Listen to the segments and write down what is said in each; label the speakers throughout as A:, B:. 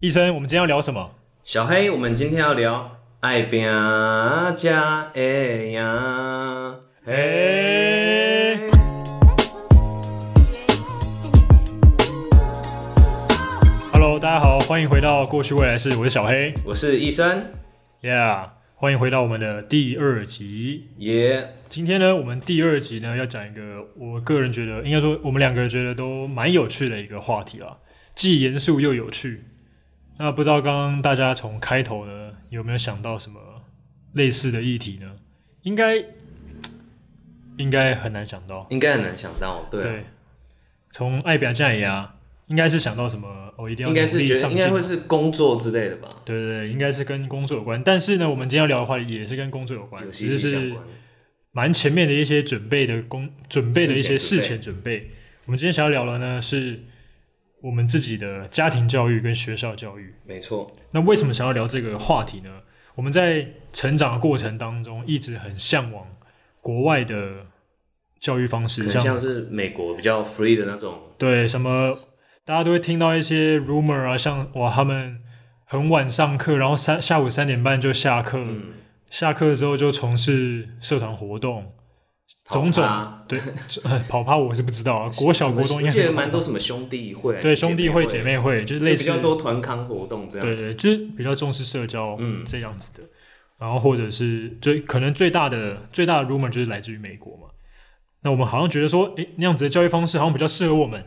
A: 医生，我们今天要聊什么？
B: 小黑，我们今天要聊爱拼才会赢。嘿，
A: Hello，大家好，欢迎回到过去未来式，我是小黑
B: 我是医生，
A: ，Yeah，欢迎回到我们的第二集。
B: 耶、
A: 今天呢，我们第二集呢要讲一个我个人觉得，应该说我们两个人觉得都蛮有趣的一个话题啦，既严肃又有趣。那不知道刚刚大家从开头呢有没有想到什么类似的议题呢？应该应该很难想到。
B: 应该很难想到，对啊，
A: 对，从爱表酱牙应该是想到什么？我、哦、一定要
B: 应该
A: 努
B: 是
A: 力
B: 觉得
A: 上
B: 应该
A: 进
B: 会是工作之类的吧，
A: 对对对，应该是跟工作有关。但是呢，我们今天要聊的话题也是跟工作有关，
B: 有息
A: 只
B: 息相
A: 是
B: 关。
A: 蛮前面的一些准备的工准备的一些
B: 事
A: 事
B: 前
A: 前准备。我们今天想要聊的呢，是我们自己的家庭教育跟学校教育。
B: 没错，
A: 那为什么想要聊这个话题呢？我们在成长的过程当中，一直很向往国外的教育方
B: 可
A: 式，
B: 能像是美国比较 free 的那种，
A: 对，什么大家都会听到一些 rumor 啊，像哇，他们很晚上课，然后三下午三点半就下课，
B: 嗯，
A: 下课之后就从事社团活动，种种
B: 啊，
A: 对，这呃跑趴我是不知道啊，国小国中应
B: 我
A: 该
B: 记得
A: 很
B: 蛮
A: 跑
B: 多什么兄弟会，啊
A: 对兄弟
B: 会、
A: 姐，妹会，就是
B: 就
A: 类
B: 比
A: 似
B: 较多团康活动这
A: 对
B: 样子，
A: 对，就是比较重视社交，
B: 嗯
A: 这样子的。然后或者是最可能最大的最大的 rumor 就是来自于美国嘛。那我们好像觉得说，诶，那样子的教育方式好像比较适合我们，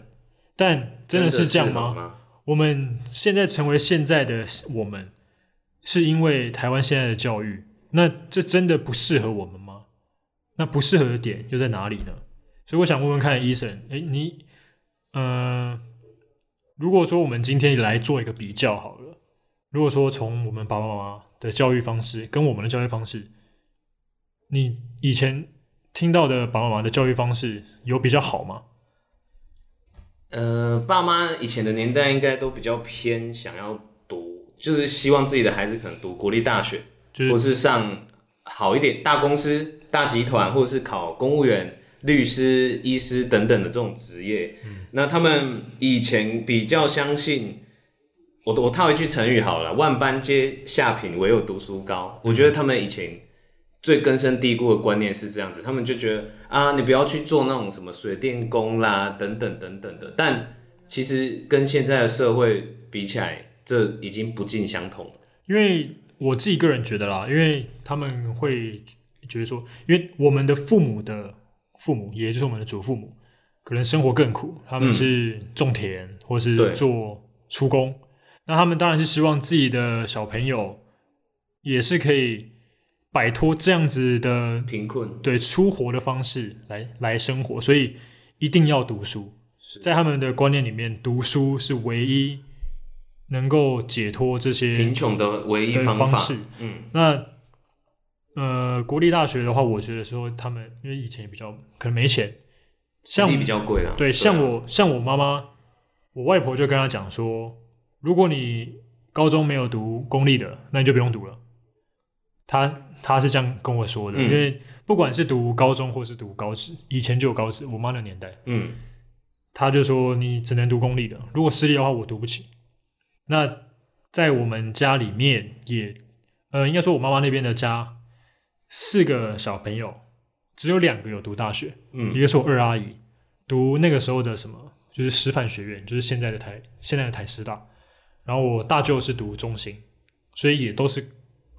A: 但真的是这样吗？
B: 吗？
A: 我们现在成为现在的我们，是因为台湾现在的教育，那这真的不适合我们吗？那不适合的点又在哪里呢？所以我想问问看医生，诶，你，呃，如果说我们今天来做一个比较好了，如果说从我们爸爸妈妈的教育方式跟我们的教育方式，你以前听到的爸爸妈妈的教育方式有比较好吗？
B: 呃，爸妈以前的年代应该都比较偏想要读，就是希望自己的孩子可能读国立大学，
A: 就是
B: 或是上好一点大公司、大集团，或者是考公务员、律师、医师等等的这种职业。那他们以前比较相信，我我套一句成语好了，“万般皆下品，唯有读书高”。我觉得他们以前最根深蒂固的观念是这样子，他们就觉得啊，你不要去做那种什么水电工啦，等等等等的。但其实跟现在的社会比起来，这已经不尽相同了。
A: 因为我自己个人觉得啦，因为他们会觉得说，因为我们的父母的父母，也就是我们的祖父母，可能生活更苦，他们
B: 嗯
A: 是种田、或
B: 对
A: 是做出工，那他们当然是希望自己的小朋友也是可以摆脱这样子的
B: 贫困
A: 对出活的方式来来生活，所以一定要读书。在他们的观念里面，读书是唯一能够解脱这些
B: 贫穷的唯一
A: 的
B: 方法。
A: 式。
B: 嗯，
A: 那呃，国立大学的话，我觉得说他们因为以前也比较可能没钱，像
B: 地比较贵啦。
A: 对，像
B: 啊
A: 我像我妈妈，我外婆就跟她讲说，如果你高中没有读公立的，那你就不用读了。她她是这样跟我说的，
B: 嗯
A: 因为不管是读高中或是读高职，以前就有高职，我妈那年代，
B: 嗯，
A: 他就说你只能读公立的，如果私立的话我读不起。那在我们家里面也，呃，应该说我妈妈那边的家，四个小朋友只有两个有读大学，
B: 嗯
A: 一个是我二阿姨，读那个时候的什么，就是师范学院，就是现在的台现在的台师大，然后我大舅是读中心，所以也都是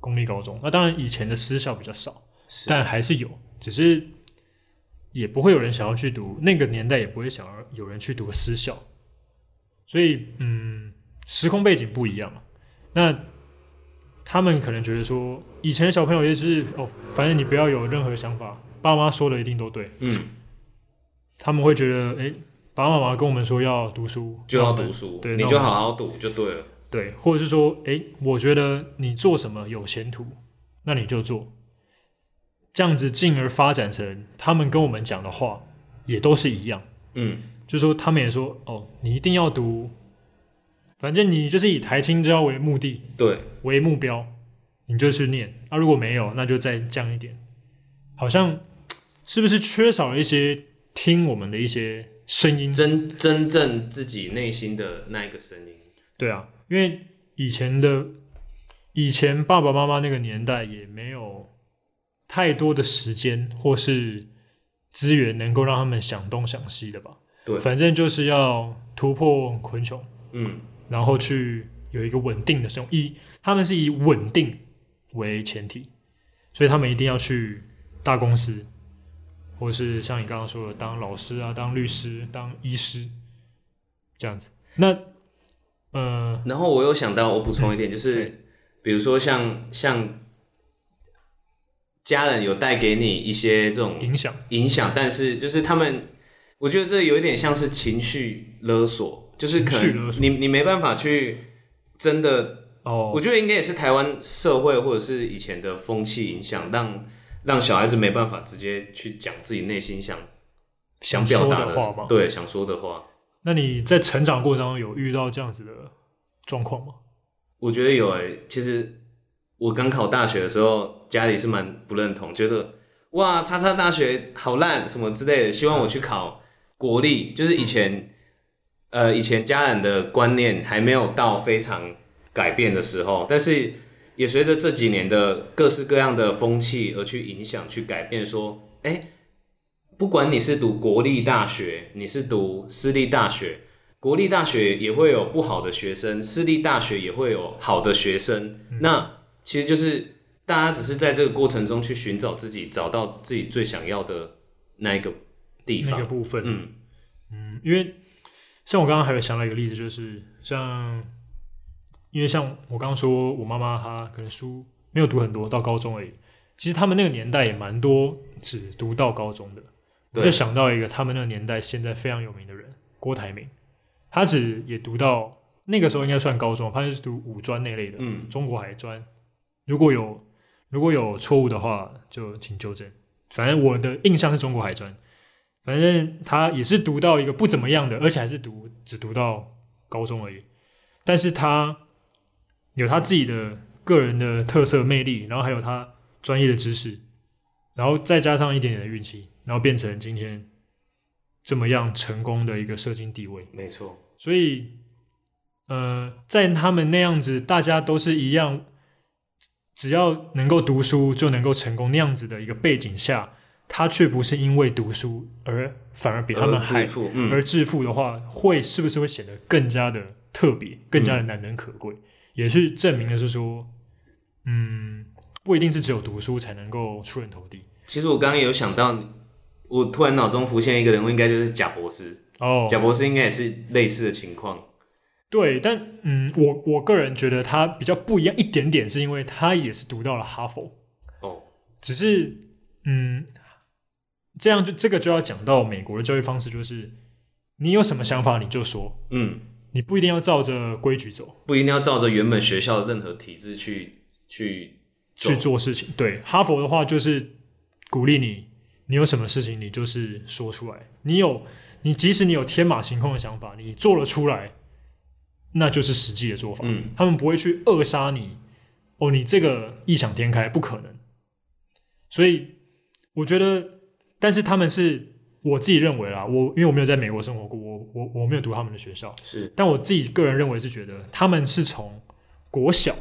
A: 公立高中。那当然以前的私校比较少，
B: 是
A: 但还是有，只是也不会有人想要去读，那个年代也不会想要有人去读私校，所以嗯，时空背景不一样嘛。那他们可能觉得说，以前的小朋友也是哦，反正你不要有任何想法，爸妈说的一定都对。
B: 嗯，
A: 他们会觉得，诶，爸爸妈妈跟我们说要读书，
B: 就
A: 那
B: 要
A: 我们
B: 读书，
A: 对
B: 你
A: 那
B: 就
A: 我们
B: 好好读就对了。
A: 对，或者是说，诶，我觉得你做什么有前途，那你就做，这样子进而发展成他们跟我们讲的话也都是一样，
B: 嗯，
A: 就是说他们也说，哦，你一定要读，反正你就是以台青交为目的，
B: 对，
A: 为目标，你就去念。那、如果没有，那就再降一点。好像是不是缺少了一些听我们的一些声音？
B: 真真正自己内心的那一个声音。
A: 对啊，因为以前的以前爸爸妈妈那个年代也没有太多的时间或是资源能够让他们想东想西的吧。
B: 对
A: 反正就是要突破困穷，
B: 嗯，
A: 然后去有一个稳定的生活，以他们是以稳定为前提，所以他们一定要去大公司，或是像你刚刚说的当老师啊、当律师、当医师这样子。那呃，
B: 然后我有想到，我补充一点，就是比如说像像家人有带给你一些这种
A: 影响
B: 影响，但是就是他们，我觉得这有一点像是情绪勒索，就是可
A: 情绪勒
B: 能
A: 索
B: 你你没办法去真的，我
A: 哦，
B: 觉得应该也是台湾社会或者是以前的风气影响，让让小孩子没办法直接去讲自己内心想想表
A: 说
B: 达
A: 的话吧。
B: 对，想说的话。
A: 那你在成长过程中有遇到这样子的状况吗？
B: 我觉得有诶、其实我刚考大学的时候，家里是蛮不认同，觉得哇，叉叉大学好烂什么之类的，希望我去考
A: 嗯
B: 国立。就是以前，呃，以前家人的观念还没有到非常改变的时候，但是也随着这几年的各式各样的风气而去影响、去改变，说，哎、不管你是读国立大学，你是读私立大学，国立大学也会有不好的学生，私立大学也会有好的学生。
A: 嗯
B: 那其实就是大家只是在这个过程中去寻找自己，找到自己最想要的那一个地
A: 那个
B: 方。
A: 部分，
B: 嗯，
A: 嗯，因为像我刚刚还有想到一个例子，就是像，因为像我刚刚说，我妈妈她可能书没有读很多，到高中而已。其实他们那个年代也蛮多只读到高中的。我
B: 对
A: 就想到一个他们那个年代现在非常有名的人，郭台铭，他只也读到那个时候应该算高中，他就是读五专那类的，
B: 嗯
A: 中国海专。如果有如果有错误的话，就请纠正。反正我的印象是中国海专，反正他也是读到一个不怎么样的，而且还是读只读到高中而已。但是他有他自己的个人的特色魅力，然后还有他专业的知识，然后再加上一点点的运气，然后变成今天这么样成功的一个社经地位。
B: 没错。
A: 所以，呃，在他们那样子，大家都是一样，只要能够读书就能够成功那样子的一个背景下，他却不是因为读书而反而比他们
B: 而
A: 还
B: 致富，嗯，
A: 而致富的话，会是不是会显得更加的特别，更
B: 嗯
A: 加的难能可贵？也是证明了是说，嗯，不一定是只有读书才能够出人头地
B: 其实我刚刚有想到，我突然脑中浮现一个人物，应该就是贾博士。
A: 哦。
B: 贾博士应该也是类似的情况。
A: 对，但嗯，我我个人觉得他比较不一样一点点，是因为他也是读到了哈佛，
B: 哦，
A: 只是嗯，这样就这个就要讲到美国的教育方式，就是你有什么想法你就说，
B: 嗯，
A: 你不一定要照着规矩走。
B: 不一定要照着原本学校的任何体制去去
A: 去
B: 走
A: 做事情。对，哈佛的话就是鼓励你，你有什么事情你就是说出来，你有你即使你有天马行空的想法，你做了出来，那就是实际的做法。
B: 嗯，
A: 他们不会去扼杀你，哦，你这个异想天开不可能。所以我觉得，但是他们是我自己认为啦，我因为我没有在美国生活过，我我我没有读他们的学校，
B: 是，
A: 但我自己个人认为是觉得他们是从国小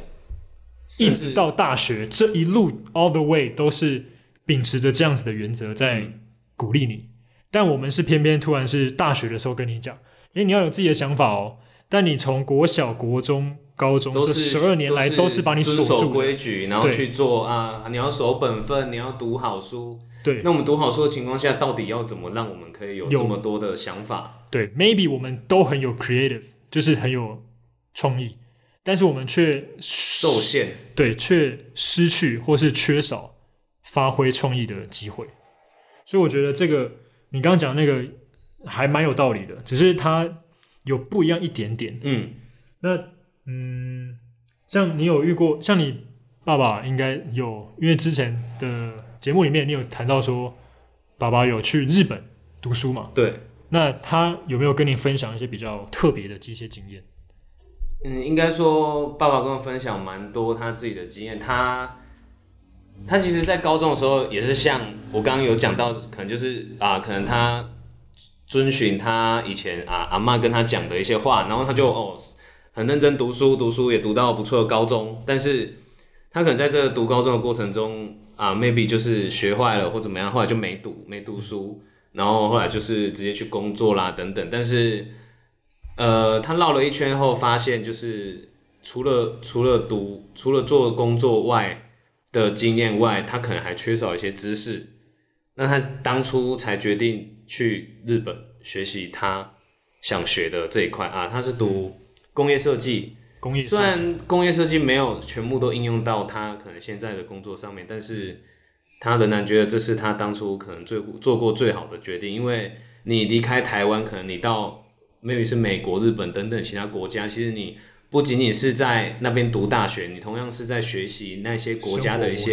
A: 一
B: 甚
A: 直
B: 至
A: 到大学这一路 all the way 都是秉持着这样子的原则在
B: 嗯
A: 鼓励你，但我们是偏偏突然是大学的时候跟你讲，诶，你要有自己的想法哦。但你从国小、国中、高中
B: 都
A: 这
B: 是
A: 十二年来
B: 都
A: 都是把你
B: 遵
A: 锁
B: 守
A: 住的，
B: 规矩，然后
A: 对
B: 去做啊，你要守本分，你要读好书。
A: 对
B: 那我们读好书的情况下，到底要怎么让我们可以有
A: 有
B: 这么多的想法？
A: 对，maybe 我们都很有 creative，就是很有创意，但是我们却受
B: 受限，
A: 对，却失去或是缺少发挥创意的机会。所以我觉得这个你刚刚讲那个还蛮有道理的，只是它有不一样一点点。
B: 嗯，
A: 那嗯，像你有遇过，像你爸爸应该有，因为之前的节目里面你有谈到说，爸爸有去日本读书嘛？
B: 对，
A: 那他有没有跟你分享一些比较特别的一些经验？
B: 嗯，应该说爸爸跟我分享蛮多他自己的经验，他。他其实，在高中的时候也是像我刚刚有讲到，可能就是啊，可能他遵循他以前啊阿嬷跟他讲的一些话，然后他就哦很认真读书，读书也读到不错的高中，但是他可能在这个读高中的过程中啊，maybe 就是学坏了或怎么样，后来就没读没读书，然后后来就是直接去工作啦等等，但是呃，他绕了一圈后发现就是除了除了读除了做工作外的经验外，他可能还缺少一些知识，那他当初才决定去日本学习他想学的这一块啊，他是读工业设计，
A: 工业设
B: 虽
A: 计，
B: 然工业设计没有全部都应用到他可能现在的工作上面，但是他仍然觉得这是他当初可能最做过最好的决定，因为你离开台湾，可能你到 maybe 是美国、日本等等其他国家，其实你不仅仅是在那边读大学，你同样是在学习那些国家的一
A: 生活
B: 些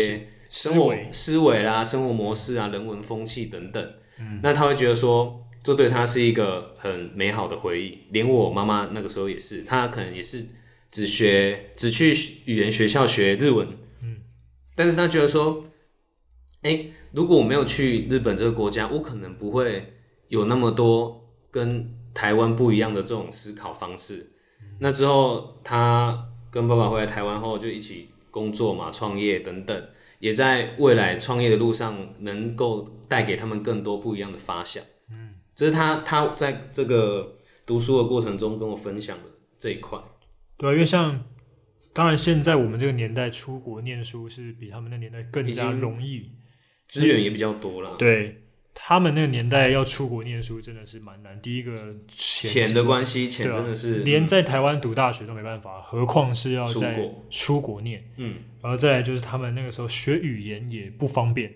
A: 思
B: 生活
A: 维
B: 思维啦、生活模式啊、人文风气等等。
A: 嗯
B: 那他会觉得说，这对他是一个很美好的回忆。连我妈妈那个时候也是，她可能也是只学只去语言学校学日文，
A: 嗯
B: 但是她觉得说，哎、如果我没有去日本这个国家，我可能不会有那么多跟台湾不一样的这种思考方式。
A: 嗯
B: 那之后，他跟爸爸回来台湾后，就一起工作嘛、创业等等，也在未来创业的路上能够带给他们更多不一样的发想。嗯，这是他他在这个读书的过程中跟我分享的这一块。
A: 对啊，因为像当然现在我们这个年代出国念书是比他们那年代更
B: 已
A: 加
B: 经
A: 容易，
B: 资源也比较多啦，
A: 对他们那个年代要出国念书真的是蛮难。第一个
B: 钱
A: 钱
B: 的关系，钱
A: 对啊
B: 真的是
A: 连在台湾读大学都没办法，何况是要
B: 出
A: 在
B: 国
A: 出国念。
B: 嗯，
A: 然后再来就是他们那个时候学语言也不方便，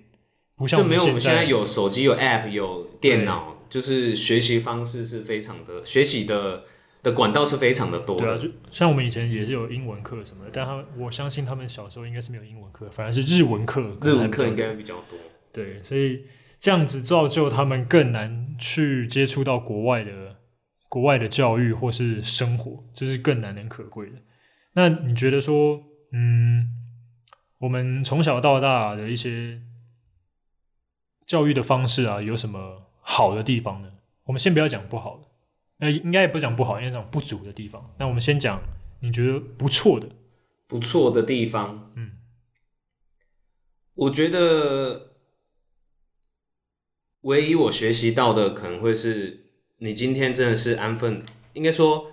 A: 不像
B: 就
A: 我
B: 没有我
A: 现
B: 们现在有手机、有 App、有电脑，就是学习方式是非常的，学习的的管道是非常的多
A: 对啊，
B: 的。
A: 就像我们以前也是有英文课什么的，但他们我相信他们小时候应该是没有英文课，反而是日文课可
B: 日
A: 能还比较多，
B: 文课应该比较多，
A: 对，所以这样子造就他们更难去接触到国外的国外的教育或是生活，这是更难能可贵的。那你觉得说，嗯，我们从小到大的一些教育的方式啊，有什么好的地方呢？我们先不要讲不好的，那应该也不讲不好，应该讲不足的地方。那我们先讲你觉得不错的，
B: 不错的地方。
A: 嗯，
B: 我觉得唯一我学习到的可能会是，你今天真的是安分，应该说，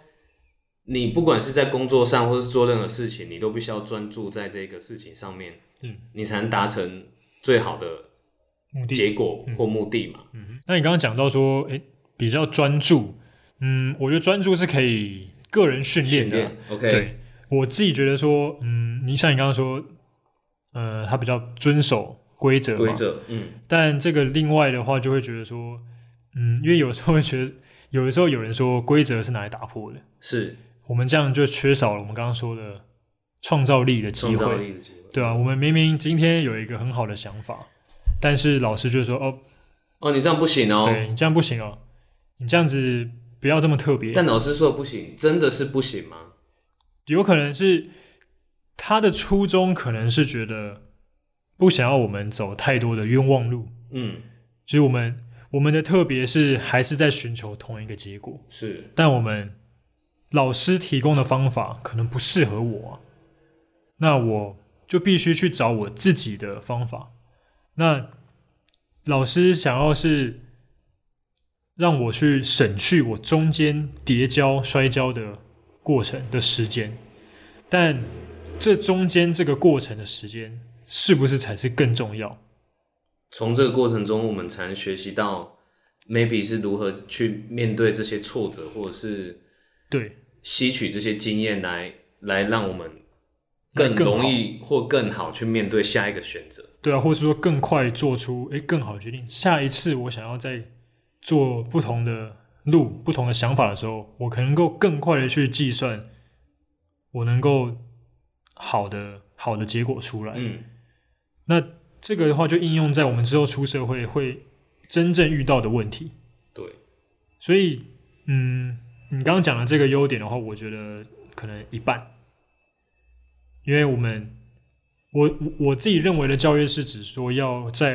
B: 你不管是在工作上，或是做任何事情，你都必须要专注在这个事情上面，
A: 嗯，
B: 你才能达成最好的
A: 目的
B: 结果或
A: 嗯
B: 目的嘛。
A: 那你刚刚讲到说，诶，比较专注，嗯，我觉得专注是可以个人训练
B: 训
A: 的啊。
B: 练，OK，
A: 对我自己觉得说，嗯，你像你刚刚说，呃，他比较遵守规则嘛，
B: 规则，嗯，
A: 但这个另外的话，就会觉得说，嗯，因为有时候会觉得， 有的时候有人说规则是拿来打破的，
B: 是
A: 我们这样就缺少了我们刚刚说的创造力的机
B: 创造
A: 会。
B: 力的机会。
A: 对啊，我们明明今天有一个很好的想法，但是老师就说，哦，
B: 哦，你这样不行哦。
A: 对你这样不行哦，你这样子不要这么特别。
B: 但老师说的不行，真的是不行吗？
A: 有可能是他的初衷可能是觉得不想要我们走太多的冤枉路，
B: 嗯，
A: 所以我们我们的特别是还是在寻求同一个结果，
B: 是
A: 但我们老师提供的方法可能不适合我、啊，那我就必须去找我自己的方法。那老师想要是让我去省去我中间叠跤摔跤的过程的时间，但这中间这个过程的时间是不是才是更重要？
B: 从这个过程中，我们才能学习到 maybe 是如何去面对这些挫折，或者是
A: 对，
B: 吸取这些经验来来让我们
A: 来
B: 更
A: 更
B: 容易或更好去面对下一个选择。
A: 对啊，或者说更快做出诶更好的决定。下一次我想要再做不同的路、不同的想法的时候，我可能够更快的去计算，我能够好的好的结果出来。
B: 嗯，
A: 那这个的话就应用在我们之后出社会会真正遇到的问题。
B: 对，
A: 所以，嗯，你刚刚讲的这个优点的话，我觉得可能一半，因为我们，我我我自己认为的教育是指说要在，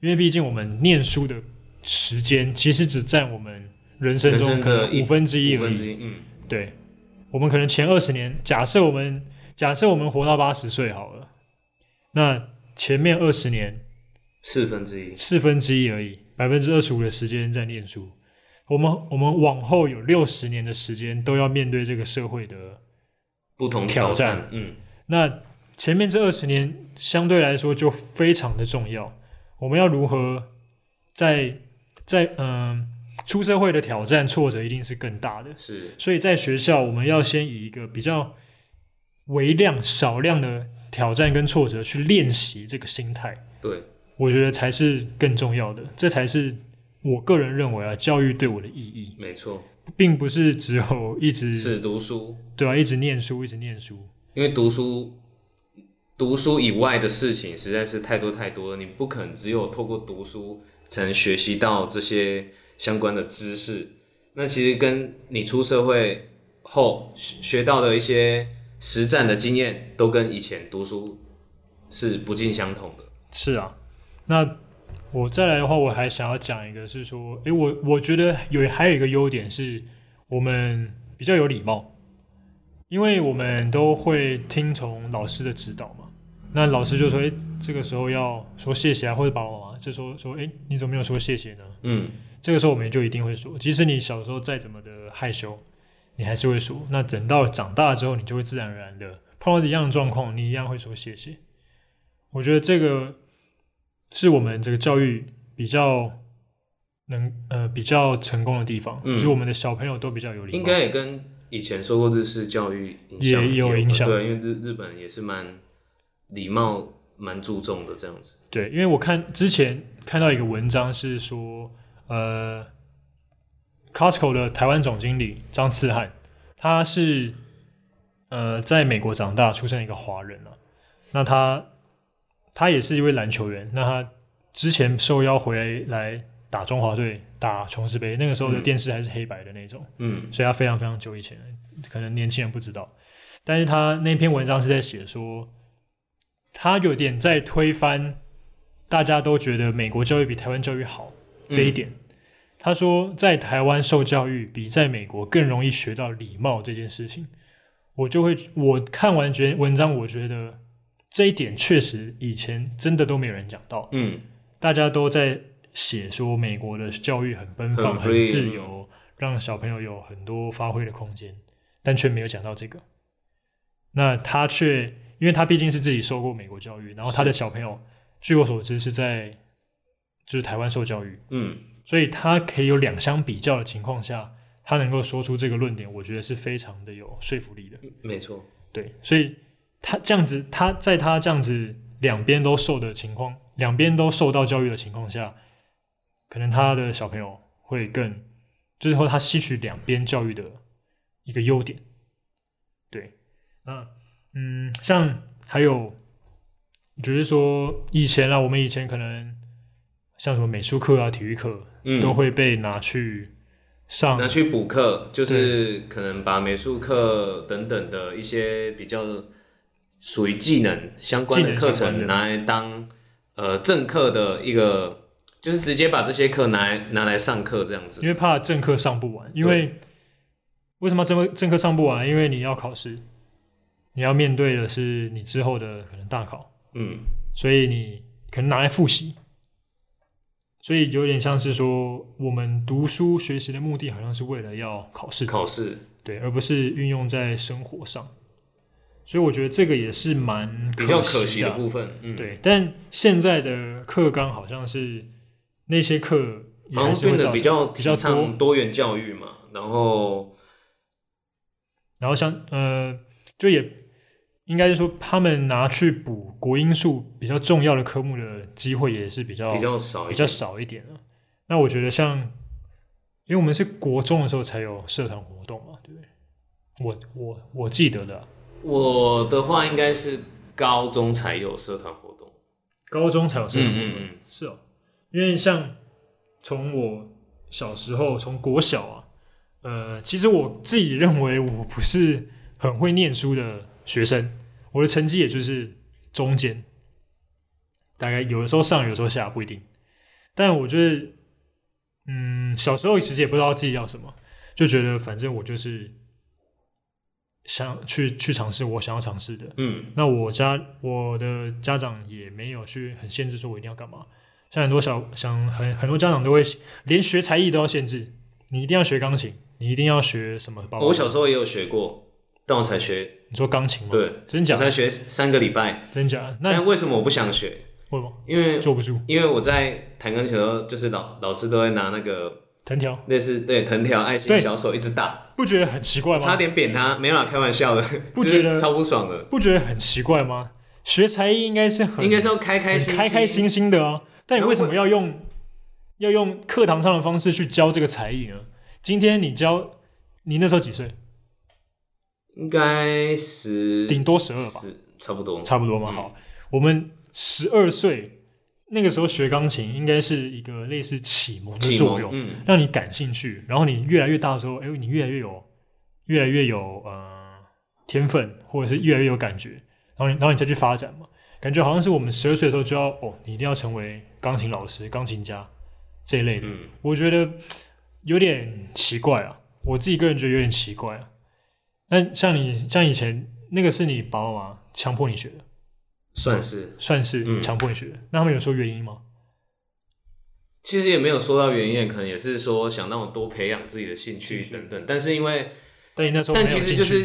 A: 因为毕竟我们念书的时间其实只占我们人生
B: 人
A: 中
B: 生
A: 可
B: 的
A: 能
B: 一
A: 五分之一
B: 五
A: 而
B: 分
A: 已，
B: 之一，嗯，
A: 对，我们可能前二十年，假设我们假设我们活到八十岁好了，那前面二十年
B: 四分之一，
A: 四分之一而已，百分之二十五的时间在念书。我们我们往后有六十年的时间都要面对这个社会的，
B: 不同
A: 挑战
B: 战，嗯，
A: 那前面这二十年相对来说就非常的重要。我们要如何在在嗯、出社会的挑战挫折一定是更大的，
B: 是
A: 所以在学校我们要先以一个比较微量少量的挑战跟挫折去练习这个心态。
B: 对，
A: 我觉得才是更重要的，这才是我个人认为啊，教育对我的意义，
B: 没错，
A: 并不是只有一直
B: 是读书，
A: 对啊，一直念书，一直念书，
B: 因为读书。读书以外的事情实在是太多太多了，你不可能只有透过读书才能学习到这些相关的知识。那其实跟你出社会后学学到的一些实战的经验，都跟以前读书是不尽相同的。
A: 是啊。那我再来的话，我还想要讲一个，是说，诶，我我觉得有还有一个优点是，我们比较有礼貌，因为我们都会听从老师的指导嘛。那老师就说，诶，这个时候要说谢谢啊，或者爸爸妈妈就说说，诶，你怎么没有说谢谢呢？
B: 嗯，
A: 这个时候我们就一定会说，即使你小时候再怎么的害羞，你还是会说。那等到长大之后，你就会自然而然的碰到一样的状况，你一样会说谢谢。我觉得这个是我们这个教育比较能呃比较成功的地方，
B: 嗯
A: 就是我们的小朋友都比较有礼貌。
B: 应该也跟以前受过日式教育影
A: 也
B: 响
A: 有影响
B: 对，因为日日本也是蛮礼貌、蛮注重的这样子。
A: 对，因为我看之前看到一个文章是说，呃，Costco 的台湾总经理张次汉，他是呃在美国长大，出生一个华人啊。那他他也是一位篮球员，那他之前受邀回来打中华队打琼斯杯，那个时候的
B: 嗯
A: 电视还是黑白的那种。
B: 嗯，
A: 所以他非常非常久以前，可能年轻人不知道。但是他那篇文章是在写说，他有点在推翻大家都觉得美国教育比台湾教育好这一点。他说，在台湾受教育比在美国更容易学到礼貌这件事情，我就会我看完觉文章，我觉得这一点确实以前真的都没有人讲到。
B: 嗯，
A: 大家都在写说美国的教育很奔放、
B: 很
A: 很
B: free，嗯
A: 自由，让小朋友有很多发挥的空间，但却没有讲到这个。那他却，因为他毕竟是自己受过美国教育，然后他的小朋友，据我所知是在就是台湾受教育，
B: 嗯
A: 所以他可以有两相比较的情况下，他能够说出这个论点，我觉得是非常的有说服力的。
B: 嗯，没错。
A: 对，所以他这样子，他在他这样子两边都受的情况，两边都受到教育的情况下，可能他的小朋友会更，就是说他吸取两边教育的一个优点。对，那嗯，像还有，只是说以前啊，我们以前可能像什么美术课啊、体育课、
B: 嗯，
A: 都会被拿去上
B: 拿去补课，就是可能把美术课等等的一些比较属于技能相关的课
A: 技能相关
B: 程
A: 的
B: 拿来当呃正课的一个，就是直接把这些课拿来拿来上课这样子
A: 因。为怕政课上不完，因为为什么政课政课上不完？因为你要考试，你要面对的是你之后的可能大考，
B: 嗯，
A: 所以你可能拿来复习，所以有点像是说，我们读书学习的目的好像是为了要考试，
B: 考试
A: 对，而不是运用在生活上。所以我觉得这个也是蛮
B: 比较可惜
A: 惜
B: 的
A: 的，
B: 部分。嗯，，
A: 对。但现在的课纲好像是那些课也
B: 好
A: 还
B: 像
A: 是
B: 变
A: 会
B: 得
A: 造
B: 比较
A: 成比较
B: 提
A: 多
B: 倡多元教育嘛，然后
A: 然后像呃，就也应该是说，他们拿去补国英数比较重要的科目的机会也是比较
B: 比较少
A: 哦比
B: 一
A: 较
B: 点。
A: 少一点了。啊那我觉得像，因为我们是国中的时候才有社团活动嘛，对不对？我我我记得的啊、
B: 我的话应该是高中才有社团活动。
A: 高中才有社团活动，
B: 嗯嗯嗯
A: 是哦，因为像从我小时候，从国小啊，呃，其实我自己认为我不是很会念书的学生，我的成绩也就是中间，大概有的时候上，有的时候下，不一定。但我就是，嗯，小时候其实也不知道自己要什么，就觉得反正我就是想去去尝试我想要尝试的。
B: 嗯
A: 那我家我的家长也没有去很限制说我一定要干嘛，像很多小像很很多家长都会连学才艺都要限制，你一定要学钢琴，你一定要学什么包包？
B: 嗯我小时候也有学过，但我才学
A: 你说钢琴吗？
B: 对，
A: 真假
B: 我才学三个礼拜。
A: 真假？那
B: 但为什么我不想学？
A: 为什么
B: 因为
A: 坐不住？
B: 因为我在弹钢琴的时候，就是老老师都会拿那个
A: 藤条
B: 类似对藤条、爱心
A: 对
B: 小手一直打，
A: 不觉得很奇怪
B: 差
A: 吗？
B: 点扁他，没有啦，开玩笑的，
A: 不
B: 就是
A: 觉得
B: 超不爽的。
A: 不觉得很奇怪吗？学才艺应该是很
B: 应该是要开开
A: 很
B: 心心
A: 开开心心的啊，但你
B: 然后
A: 为什么
B: 会
A: 要用要用课堂上的方式去教这个才艺呢？今天你教你那时候几岁？
B: 应该十
A: 顶多十二吧。
B: 十差不多。
A: 差不多嘛。
B: 嗯
A: 好，我们十二岁那个时候学钢琴，应该是一个类似启蒙的
B: 启
A: 作
B: 蒙
A: 用，
B: 嗯，
A: 让你感兴趣，然后你越来越大的时候，哎、你越来越有，越来越有呃天分，或者是越来越有感觉，然后你然后你再去发展嘛，感觉好像是我们十二岁的时候就要哦，你一定要成为钢琴老师、钢琴家这一类的，
B: 嗯
A: 我觉得有点奇怪啊，我自己个人觉得有点奇怪啊。那像你像以前那个是你爸爸妈妈强迫你学的，
B: 算是。
A: 算是
B: 嗯
A: 强迫你学的。那他们有说原因吗？
B: 其实也没有说到原因，可能也是说想让我多培养自己的兴趣等等。但是因为，
A: 但你那时候没
B: 但
A: 有
B: 其实
A: 兴
B: 就
A: 趣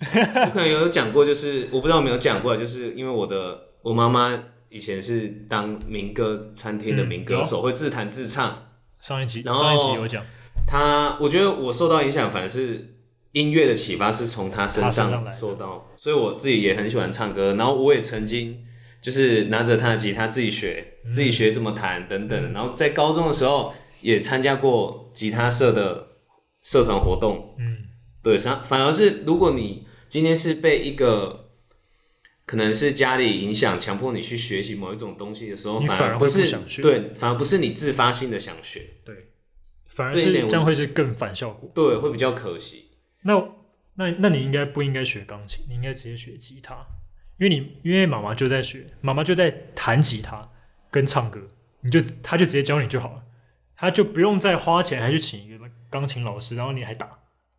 B: 是， 我可能有讲过，就是我不知道有没有讲过，啊就是因为我的我妈妈以前是当民歌餐厅的
A: 嗯
B: 民歌手，会自弹自唱。
A: 上一集
B: 然后
A: 上一集有讲
B: 她，我觉得我受到影响，反而是音乐的启发是从她身
A: 她身上来
B: 上
A: 的
B: 受到，所以我自己也很喜欢唱歌。然后我也曾经就是拿着她的吉他自己学，
A: 嗯
B: 自己学怎么弹等等的。然后在高中的时候也参加过吉他社的社团活动。
A: 嗯
B: 对，反反而是如果你今天是被一个可能是家里影响，强迫你去学习某一种东西的时候，
A: 你
B: 反
A: 反而
B: 而
A: 会不
B: 是
A: 想学
B: 对，反而不是你自发性的想学，
A: 对，反而
B: 这一
A: 是
B: 点我
A: 这样会是更反效果。
B: 对，会比较可惜。
A: 那那那你应该不应该学钢琴？你应该直接学吉他，因为你因为妈妈就在学，妈妈就在弹吉他跟唱歌，你就她就直接教你就好了，她就不用再花钱还去请一个钢琴老师，然后你还打，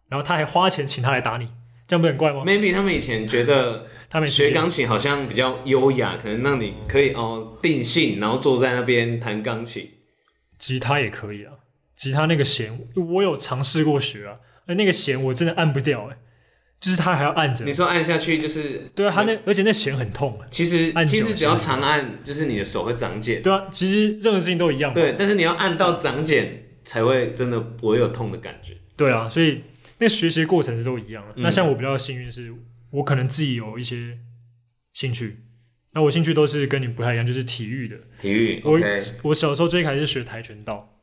A: 然后她还花钱请她来打你，这样不是很怪吗？
B: maybe 他们以前觉得
A: 她没时
B: 学
A: 间
B: 钢琴好像比较优雅，可能让你可以哦定性，然后坐在那边弹钢琴。
A: 吉他也可以啊，吉他那个弦我有尝试过学啊，而那个弦我真的按不掉哎、就是它还要按着
B: 你。说按下去就是
A: 对啊，它那而且那弦很痛、啊。
B: 其实
A: 按久
B: 其实只
A: 是
B: 要
A: 吗
B: 长按，就是你的手会长茧。
A: 对啊，其实任何事情都一样嘛。
B: 对，但是你要按到长茧才会真的不会有痛的感觉。
A: 对啊，所以那学习的过程是都一样的。
B: 嗯
A: 那像我比较幸运的是，我可能自己有一些兴趣，那我兴趣都是跟你不太一样，就是体育的。
B: 体育
A: 我
B: ，OK，
A: 我小时候最开始是学跆拳道，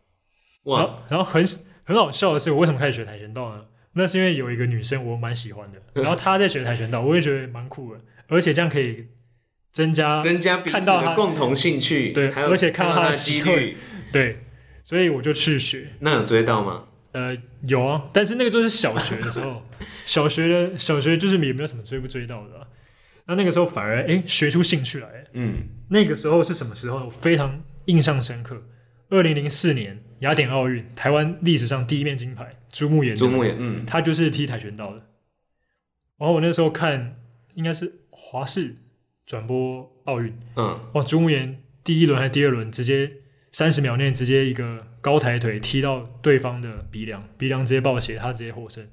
A: 然
B: 哇，
A: 后然后很很好笑的是，我为什么开始学跆拳道呢？那是因为有一个女生我蛮喜 欢的，然后她在学跆拳道，我也觉得蛮酷的，而且这样可以增加
B: 增加彼
A: 看
B: 此
A: 到他
B: 的共同兴趣，
A: 对
B: 还有
A: 而且看
B: 看
A: 到他的
B: 他的
A: 机
B: 几
A: 会
B: 率，
A: 对，所以我就去学。
B: 那有追到吗？
A: 呃，有啊，但是那个就是小学的时候，小学的小学就是也没有什么追不追到的啊、那那个时候反而哎学出兴趣来了。
B: 嗯，
A: 那个时候是什么时候？我非常印象深刻。二零零四年雅典奥运，台湾历史上第一面金牌，朱木炎。
B: 朱木也，嗯，
A: 他就是踢跆拳道的。然后我那时候看，应该是华视转播奥运，
B: 嗯，
A: 哇，朱木炎第一轮还是第二轮，直接三十秒内直接一个高抬腿踢到对方的鼻梁，鼻梁直接爆血，他直接获胜。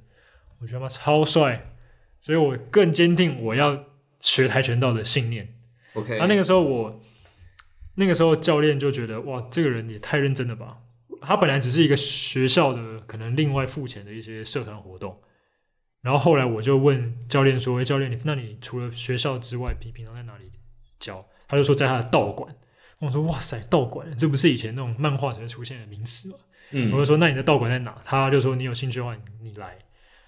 A: 我觉得他妈超帅，所以我更坚定我要学跆拳道的信念。
B: ，OK，
A: 然啊后那个时候我，那个时候教练就觉得哇，这个人也太认真了吧。他本来只是一个学校的可能另外付钱的一些社团活动，然后后来我就问教练说：“哎、教练，你那你除了学校之外，平平常在哪里教？”他就说在他的道馆。我说：“哇塞，道馆，这不是以前那种漫画才会出现的名词吗？”我
B: 嗯，
A: 就说：“那你的道馆在哪？”他就说：“你有兴趣的话，你你来。”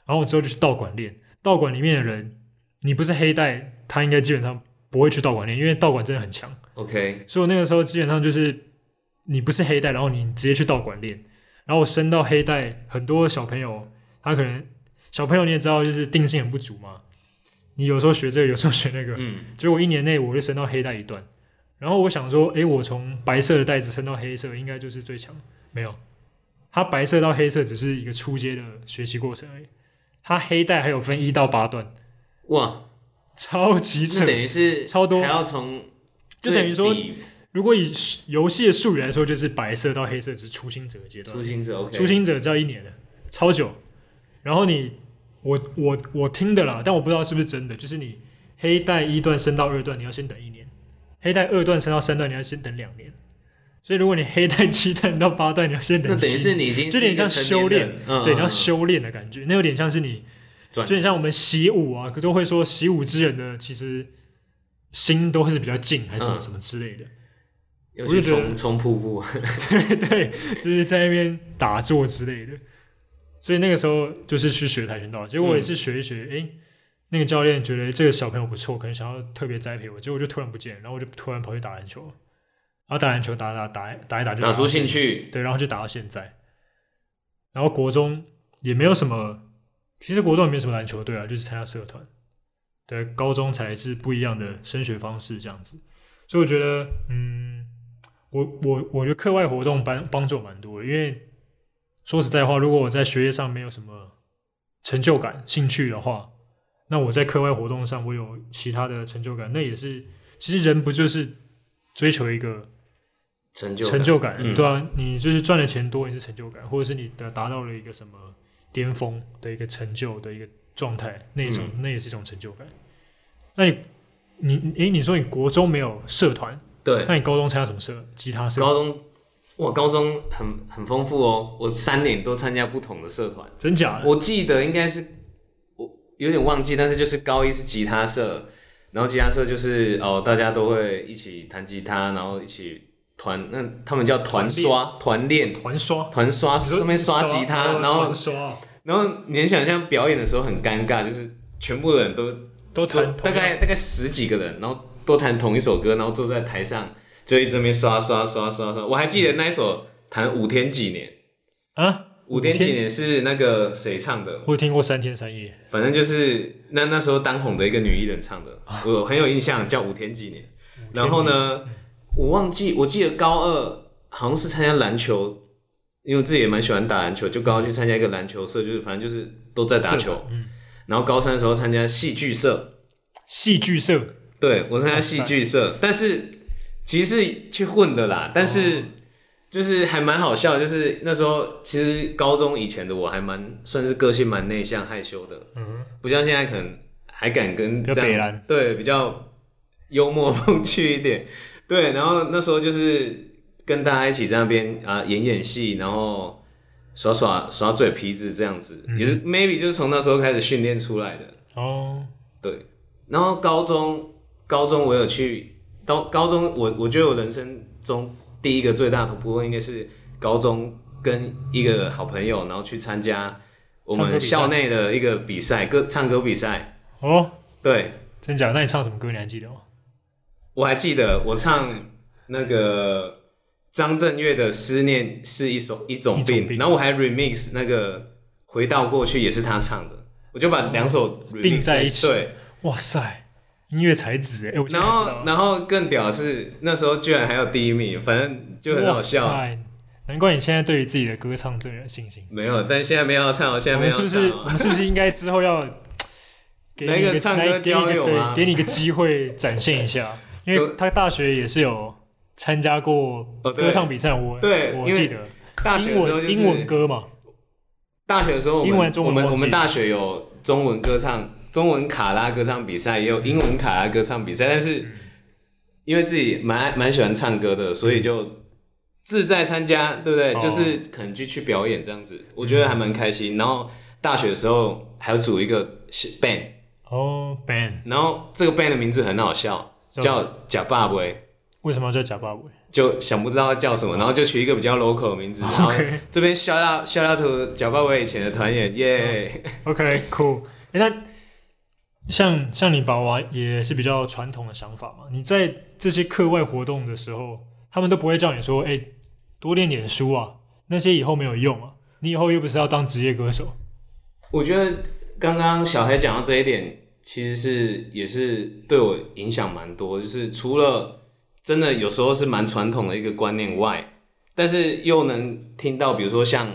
A: 然后我之后就去道馆练。道馆里面的人，你不是黑带，他应该基本上不会去道馆练，因为道馆真的很强。
B: ，OK，
A: 所以我那个时候基本上就是，你不是黑带，然后你直接去道馆练。然后我升到黑带，很多小朋友他可能小朋友你也知道，就是定性很不足嘛。你有时候学这个，有时候学那个，
B: 嗯，
A: 结果一年内我就升到黑带一段，然后我想说，诶，我从白色的带子升到黑色，应该就是最强。没有，它白色到黑色只是一个初阶的学习过程而已，它黑带还有分一到八段，
B: 哇，
A: 超级扯
B: 这。等于是
A: 超多
B: 还要从
A: 就
B: 最
A: 等于说
B: 底
A: 如果以游戏的术语来说，就是白色到黑色只是初心者的阶段
B: 初，心者 OK，
A: 初心者只要一年的，超久。然后你，我我我听的啦，但我不知道是不是真的，就是你黑带一段升到二段，你要先等一年；黑带二段升到三段，你要先等两年。所以如果你黑带七段到八段，你要先
B: 那
A: 等七
B: 等于
A: 年。
B: 是你已经
A: 就有点像修炼
B: 是一个成年人，嗯
A: 对，
B: 嗯
A: 你要修炼的感觉，那有点像是你，
B: 转
A: 就很像我们习武啊，都会说习武之人的其实心都会是比较静，还是什么
B: 嗯
A: 什么之类的。
B: 尤
A: 我就
B: 其
A: 觉得
B: 冲冲瀑布，
A: 对，就是在那边打坐之类的。所以那个时候就是去学跆拳道，结果我
B: 嗯
A: 也是学一学，诶，那个教练觉得这个小朋友不错，可能想要特别栽培我，结果我就突然不见了，然后我就突然跑去打篮球，然后打篮球打打打打一打就
B: 打
A: 到
B: 出
A: 现
B: 兴趣，
A: 对，然后就打到现在。然后国中也没有什么，其实国中也没有什么篮球队啊，就是参加社团。对，高中才是不一样的升学方式这样子。所以我觉得，嗯，我我我觉得课外活动帮帮助我蛮多的，因为说实在话，如果我在学业上没有什么成就感、兴趣的话，那我在课外活动上我有其他的成就感，那也是其实人不就是追求一个
B: 成就
A: 成就感，
B: 嗯
A: 对啊，你就是赚的钱多，你是成就感，或者是你达达到了一个什么巅峰的一个成就的一个状态，那一种、
B: 嗯
A: 那也是一种成就感。那你你你诶，你说你国中没有社团，
B: 对，
A: 那你高中参加什么社？吉他社？
B: 高中哇，高中很很丰富哦，我三年都参加不同的社团，
A: 真假的？
B: 我记得应该是我有点忘记，但是就是高一是吉他社，然后吉他社就是哦，大家都会一起弹吉他，然后一起团，那他们叫团刷、团练、
A: 团刷？
B: 团刷，
A: 你说
B: 上面刷吉他，
A: 哦
B: 然后
A: 团刷
B: 然后你能想象表演的时候很尴尬，就是全部人都
A: 都团
B: 大概大概十几个人，然后都弹同一首歌，然后坐在台上就一直在那边刷刷刷刷刷。我还记得那一首弹《五天几年》，
A: 啊，
B: 《五天几年》是那个谁唱的？
A: 我有听过三天三夜，
B: 反正就是那那时候当红的一个女艺人唱 的，我很有印象，叫《五天几年》。嗯然后呢，我忘记，我记得高二好像是参加篮球，因为我自己也蛮喜欢打篮球，就高二去参加一个篮球社，就是反正就是都在打球。然后高三的时候参加戏剧社，
A: 戏剧社
B: 对我参加
A: 哇
B: 戏
A: 塞
B: 剧社，但是其实是去混的啦，但是就是还蛮好笑，就是那时候其实高中以前的我还蛮算是个性蛮内向害羞的，嗯，不像现在可能还敢跟
A: 比较
B: 这
A: 北
B: 样
A: 兰
B: 对比较幽默风趣一点， 对，然后那时候就是跟大家一起在那边啊、演演戏，然后耍耍耍嘴皮子这样子，也是 maybe 就是从那时候开始训练出来的，
A: 哦，
B: 对，然后高中高中我有去到高中我我觉得我人生中第一个最大的突破应该是高中跟一个好朋友，然后去参加我
A: 唱歌
B: 们
A: 比赛
B: 校内的一个比赛，歌唱歌比赛。
A: 哦，
B: 对
A: 真假的？那你唱什么歌？你还记得吗？
B: 我还记得我唱那个张震岳的《思念是一首一种
A: 一种
B: 病》，
A: 病
B: 然后我还 remix 那个《回到过去》也是他唱的，我就把两首 remix
A: 并在一起
B: 对，
A: 哇塞，音乐才子哎、欸！我现
B: 然
A: 在才知道
B: 后，然后更屌的是，那时候居然还有第一名，反正就很好
A: 哇
B: 笑。
A: 塞难怪你现在对于自己的歌唱最有信心。
B: 没有，但现在没有要唱，我现在
A: 我
B: 没有
A: 们
B: 要
A: 是不
B: 唱哦。
A: 是我们是不是应该之后要给你
B: 来一个唱歌
A: 来给你一
B: 交
A: 个
B: 流吗
A: 对，给你一个机会展现一 下？因为
B: 就
A: 他大学也是有参加过
B: 哦对
A: 歌唱比赛，我
B: 对因
A: 我
B: 为
A: 记得
B: 大学
A: 英
B: 的时候
A: 文
B: 就是
A: 英文歌嘛，
B: 大学的时候我们
A: 英文中文
B: 我们
A: 忘
B: 我
A: 记
B: 们大学有中文歌唱、中文卡拉歌唱比赛，也有英文卡拉歌唱比赛，但是因为自己蛮爱蛮喜欢唱歌的，所以就自在参加，对不对？
A: 哦
B: 就是可能就去表演这样子，我觉得还蛮开心。然后大学的时候还有组一个 band，
A: 哦，band
B: 然后这个 band 的名字很好笑，
A: 叫
B: 叫假爸喂，
A: 为什么要叫假爸尾？
B: 就想不知道叫什么，然后就取一个比较 local 的名字。然后
A: 哦 OK
B: 这边 shout out shout out to 假爸喂以前的团员，耶、
A: 哦 OK，cool、诶那像像你爸娃也是比较传统的想法嘛？你在这些课外活动的时候，他们都不会叫你说：“哎、多练点书啊，那些以后没有用啊，你以后又不是要当职业歌手。
B: 我觉得刚刚小黑讲到这一点，其实是也是对我影响蛮多，就是除了真的有时候是蛮传统的一个观念外，但是又能听到，比如说像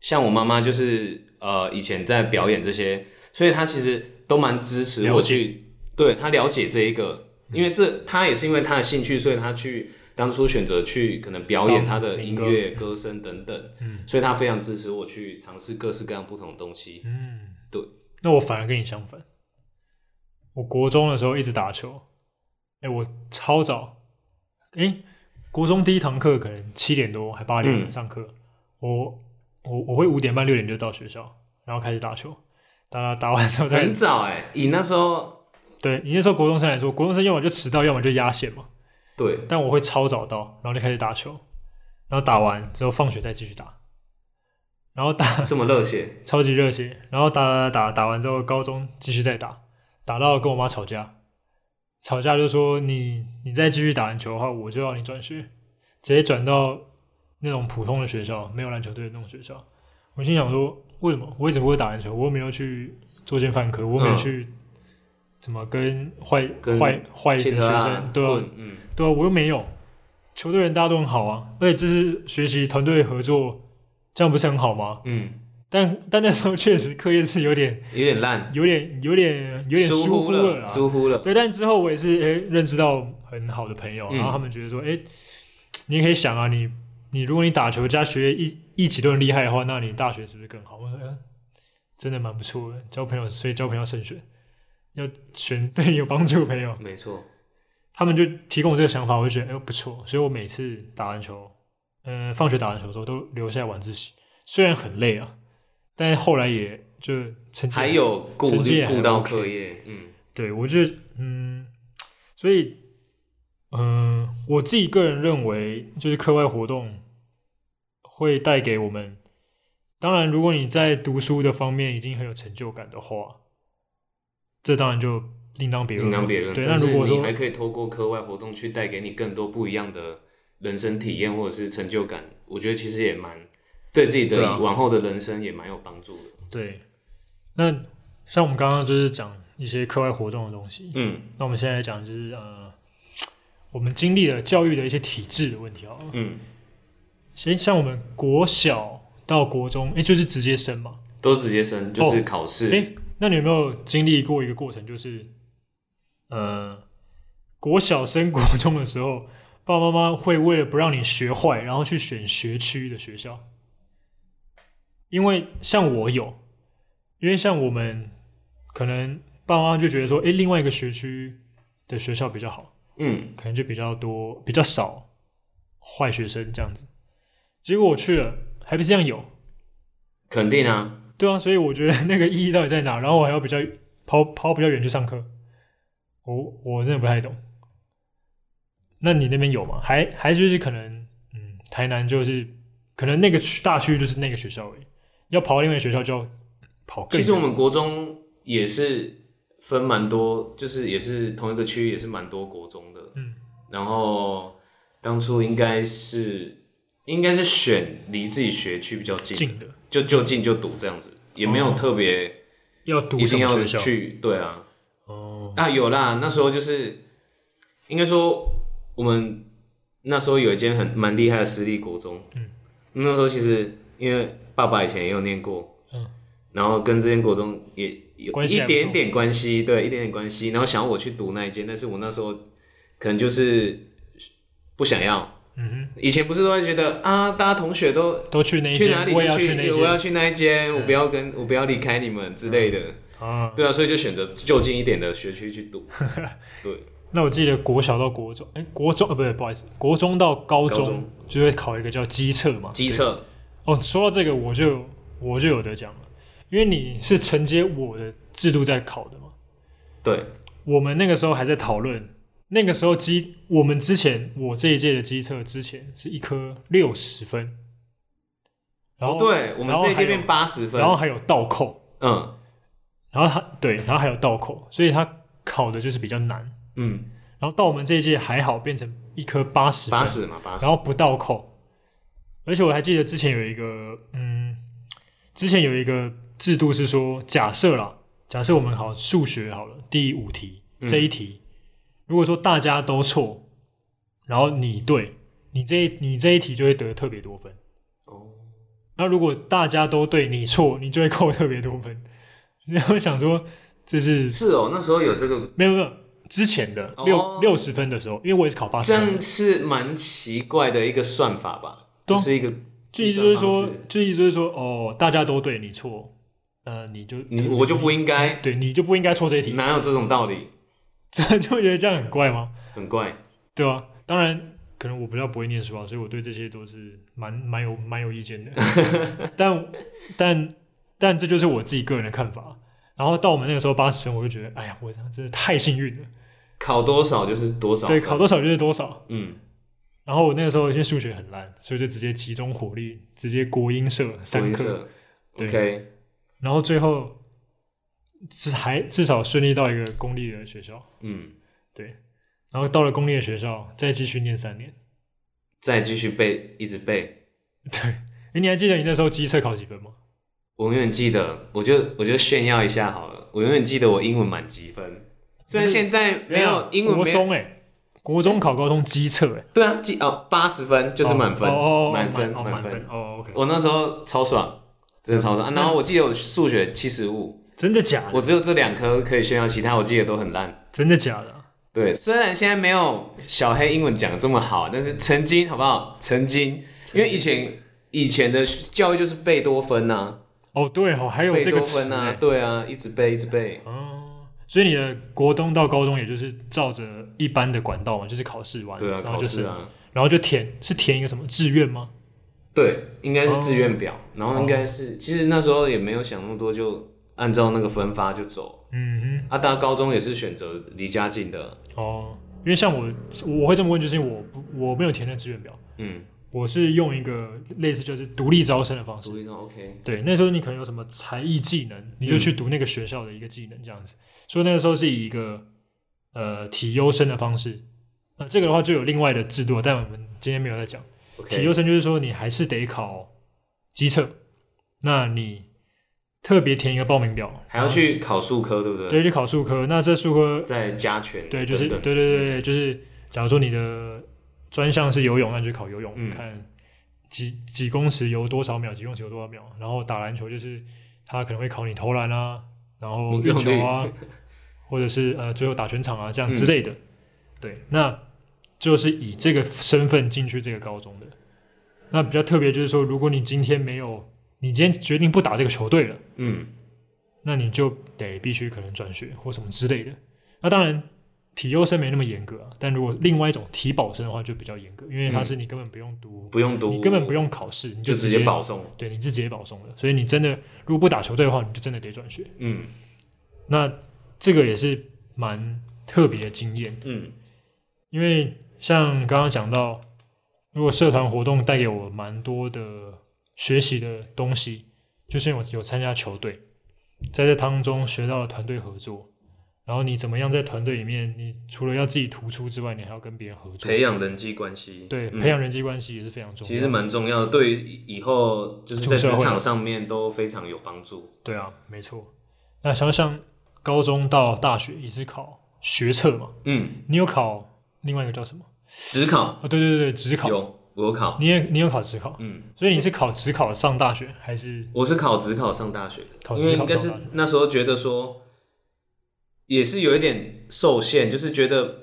B: 像我妈妈就是呃以前在表演这些，所以他其实都蛮支持我
A: 了解嗯
B: 去，对他了解这一个，因为这他也是因为他的兴趣，所以他去当初选择去可能表演
A: 当
B: 他的音
A: 民歌嗯
B: 乐、歌声等等，所以他非常支持我去尝试各式各样不同的东西。
A: 那我反而跟你相反。我国中的时候一直打球，哎、我超早，哎、国中第一堂课可能七点多还八点
B: 嗯
A: 上课、我我我会五点半六点就到学校，然后开始打球，打打打完之后再
B: 很早哎、以那时候
A: 对你那时候国中生来说，国中生要么就迟到，要么就压线嘛。
B: 对
A: 但我会超早到，然后就开始打球，然后打完之后放学再继续打，然后打
B: 这么热血，
A: 超级热血，然后打打打打完之后，高中继续再打，打到跟我妈吵架，吵架就说你你再继续打篮球的话，我就要你转学，直接转到那种普通的学校，没有篮球队的那种学校。我心想说，为什么我一直不会打篮球？我又没有去作奸犯科，我又没有
B: 嗯
A: 去怎么跟坏
B: 跟
A: 坏坏的
B: 切
A: 学
B: 特拉
A: 生对啊
B: 混嗯，
A: 对啊，我又没有。球队人大家都很好啊，而且这是学习团队合作，这样不是很好吗？
B: 嗯，
A: 但但那时候确实课业是有点、
B: 有点烂，
A: 有点、有点、有点
B: 疏
A: 疏忽啊
B: 了，
A: 啦。
B: 疏忽了，
A: 对，但之后我也是诶、认识到很好的朋友，
B: 嗯
A: 然后他们觉得说，诶、你也可以想啊，你你如果你打球加学业一一起都很厉害的话，那你大学是不是更好？我说、呃真的蛮不错的，交朋友，所以交朋友慎选，要选对有帮助的朋友。
B: 没错，
A: 他们就提供我这个想法，我就觉得哎、不错，所以我每次打篮球，嗯、放学打篮球的时候都留下来晚自习，虽然很累啊，但后来也就成绩
B: 还有顾
A: 成绩
B: 虑
A: 也还
B: 顾到
A: OK
B: 课业，嗯
A: 对我觉得嗯，所以嗯、我自己个人认为，就是课外活动会带给我们，当然如果你在读书的方面已经很有成就感的话，这当然就另当别论
B: 应
A: 了，
B: 当别论。
A: 对，那
B: 但是
A: 如果
B: 你
A: 说
B: 还可以透过课外活动去带给你更多不一样的人生体验或者是成就感，我觉得其实也蛮对自己
A: 对
B: 的
A: 啊
B: 往后的人生也蛮有帮助的。
A: 对，那像我们刚刚就是讲一些课外活动的东西，
B: 嗯
A: 那我们现在讲就是呃，我们经历了教育的一些体制的问题好了。
B: 嗯，
A: 先像我们国小到国中，哎，就是直接升嘛。
B: 都直接升就是考试，
A: 哎，那你有没有经历过一个过程，就是呃，国小升国中的时候， 爸爸妈妈会为了不让你学坏，然后去选学区的学校。因为像我有，因为像我们可能爸妈就觉得说，诶，另外一个学区的学校比较好，
B: 嗯，
A: 可能就比较多、比较少坏学生这样子。结果我去了，还不是这样有，
B: 肯定啊，
A: 对啊，所以我觉得那 个意义到底在哪？然后我还要比较跑跑比较远去上课，我我真的不太懂。那你那边有吗？还还就是可能，嗯，台南就是可能那个区大区就是那个学校而已，要跑到另外一个学校就要跑更
B: 其
A: 远。
B: 实我们国中也是分蛮多，就是也是同一个区，也是蛮多国中的。
A: 嗯，
B: 然后当初应该是应该是选离自己学区比较近，
A: 近的
B: 就就近就读这样子，也没有
A: 哦
B: 特别
A: 要读
B: 一
A: 什
B: 定
A: 么
B: 要
A: 学校？
B: 去。对啊，
A: 哦，
B: 啊有啦，那时候就是应该说我们那时候有一间很蛮厉害的私立国中，
A: 嗯，
B: 那时候其实因为爸爸以前也有念过，
A: 嗯，
B: 然后跟这间国中也有
A: 关
B: 一
A: 系还不错
B: 点点关系，对，一点点关系，然后想要我去读那一间，但是我那时候可能就是不想要。
A: 嗯
B: 以前不是都会觉得啊，大家同学都
A: 哼，都去那一
B: 去
A: 间
B: 哪，里
A: 我也
B: 就
A: 要去那一
B: 我要
A: 间
B: 去那一间，我不要跟我不要离开你们之类的。
A: 啊。
B: 对啊，所以就选择就近一点的学区去读。对，
A: 那我记得国小到国中，哎、国中呃，不对，不好意思，国中到高中
B: 高中
A: 就会考一个叫机测嘛。
B: 机测，
A: 哦，说到这个，我就我就有得讲了，因为你是承接我的制度在考的嘛。
B: 对，
A: 我们那个时候还在讨论，那个时候机我们之前我这一届的机测之前是一科六十分，然后、
B: 哦，对我们
A: 然后
B: 这一
A: 还
B: 届
A: 有
B: 变八十分
A: 然，后还有倒扣，
B: 嗯
A: 然后他对，然后还有倒扣，所以他考的就是比较难。
B: 嗯，
A: 然后到我们这一届还好，变成一科八十分
B: 八，十嘛，八十
A: 然，后不倒扣。而且我还记得之前有一个，嗯，之前有一个制度是说，假设啦，假设我们好数学好了，第五题
B: 嗯
A: 这一题，如果说大家都错，然后你对，你这一你这一题就会得特别多分。
B: 哦，
A: 那如果大家都对你错，你就会扣 特别多分。然后想说这是
B: 是哦，那时候有这个，
A: 没有没有之前的
B: 哦
A: 六六十分的时候，因为我也是考八十
B: 这
A: 分，
B: 样是蛮奇怪的一个算法吧？
A: 对
B: 这
A: 啊
B: 是一个
A: 就意
B: 计
A: 思就是
B: 算方式，
A: 说，就意思就是说，哦，大家都对你错，呃，你就
B: 你我就不应该，
A: 对你就不应该错这一题，
B: 哪有这种道理？
A: 这就会觉得这样很怪吗？
B: 很怪。
A: 对吧、当然，可能我比较不会念书啊，所以我对这些都是蛮蛮有蛮有意见的。 但但但这就是我自己个人的看法。然后到我们那个时候八十分，我就觉得，哎呀，我真的太幸运了。
B: 考多少就是多少，
A: 对，考，多少就是多少。
B: 嗯，
A: 然后我那个时候因为数学很烂，所以就直接集中火力，直接国英社
B: 国
A: 三
B: 音
A: 科。
B: 社
A: 对
B: ，OK，
A: 然后最后至还至少顺利到一个公立的学校。
B: 嗯，
A: 对，然后到了公立的学校，再继续念三年。
B: 再继续背，一直背。
A: 哎，你还记得你那时候机测考几分吗？
B: 我永远记得，我就我就炫耀一下好了。我永远记得我英文满积分，虽然
A: 就是
B: 现在没有英文
A: 国
B: 没有，
A: 中哎、国中考高中机测哎，
B: 对啊，记哦八十分就是满分
A: 哦哦哦，
B: 满分
A: 哦
B: 满
A: 满
B: 分
A: 分。嗯哦，OK，
B: 我那时候超爽，真的超爽。啊然后我记得我数学七十五，
A: 真的假
B: 我
A: 的？
B: 只有这两科可以炫耀，其他我记得都很烂。
A: 真的假的啊？
B: 对，虽然现在没有小黑英文讲得这么好，但是曾经好不好？曾经，因为以前以前的教育就是贝多芬呐、啊，
A: 哦，对哦，还有
B: 贝
A: 这
B: 多
A: 个词
B: 芬啊，
A: 哎
B: 对啊，一直背一直背。
A: 哦，所以你的国中到高中也就是照着一般的管道嘛，就是考试完，
B: 对啊，
A: 然后
B: 考
A: 就
B: 试
A: 是，
B: 啊，
A: 然后就填是填一个什么志愿吗？
B: 对，应该是
A: 哦
B: 志愿表，然后应该是，其实那时候也没有想那么多，就按照那个分发就走。
A: 嗯
B: 啊，大家高中也是选择离家近的，
A: 哼，哦，因为像我我会这么问，就是因为我不我没有填那志愿表，
B: 嗯，
A: 我是用一个类似就是独立招生的方式
B: 读。一中 OK，
A: 对，那时候你可能有什么才艺技能，你就
B: 嗯
A: 去读那个学校的一个技能这样子。所以那个时候是以一个呃体优生的方式，那、这个的话就有另外的制度，但我们今天没有在讲。体
B: OK，
A: 优生就是说你还是得考机测，那你特别填一个报名表，
B: 还要去考数科，对不对？
A: 对去考数科，那这数科
B: 再加权，
A: 对就是
B: 等嗯
A: 对
B: 等
A: 对对对，就是假如说你的专项是游泳，那就考游泳，
B: 嗯
A: 看几几公尺游多少秒，几公尺游多少秒。然后打篮球就是他可能会考你投篮啊，然后
B: 命
A: 运
B: 中率
A: 球啊， 或者是呃最后打全场啊这样之
B: 嗯
A: 类的。对，那就是以这个身份进去这个高中的。那比较特别就是说，如果你今天没有，你今天决定不打这个球队了。
B: 嗯。
A: 那你就得必须可能转学或什么之类的。那当然，体优生没那么严格啊，但如果另外一种体保生的话就比较严格，因为它是你根本不用读，
B: 不用嗯读，
A: 你根本不用考试，你
B: 就
A: 直
B: 直接保送。
A: 对，你是直接保送的。所以你真的如果不打球队的话，你就真的得转学。
B: 嗯
A: 那这个也是蛮特别的经验，
B: 嗯，
A: 因为像刚刚讲到，如果社团活动带给我蛮多的学习的东西，就是因为我有参加球队，在这当中学到了团队合作，然后你怎么样在团队里面，你除了要自己突出之外，你还要跟别人合作，
B: 培养人际关系，
A: 对，
B: 嗯
A: 培养人际关系也是非常重要。
B: 其实蛮重要的，对于以后就是在
A: 出社
B: 职
A: 会
B: 场上面都非常有帮助。
A: 对啊，没错。那想想高中到大学也是考学测嘛，
B: 嗯，
A: 你有考另外一个叫什么？
B: 职考
A: 哦，对对对对，职考，
B: 有我有考，
A: 你也你有考职考，
B: 嗯，
A: 所以你是考职考上大学还是？
B: 我是考职考上大学的，
A: 考职考上大学
B: 因为应该是那时候觉得说，也是有一点受限，就是觉得。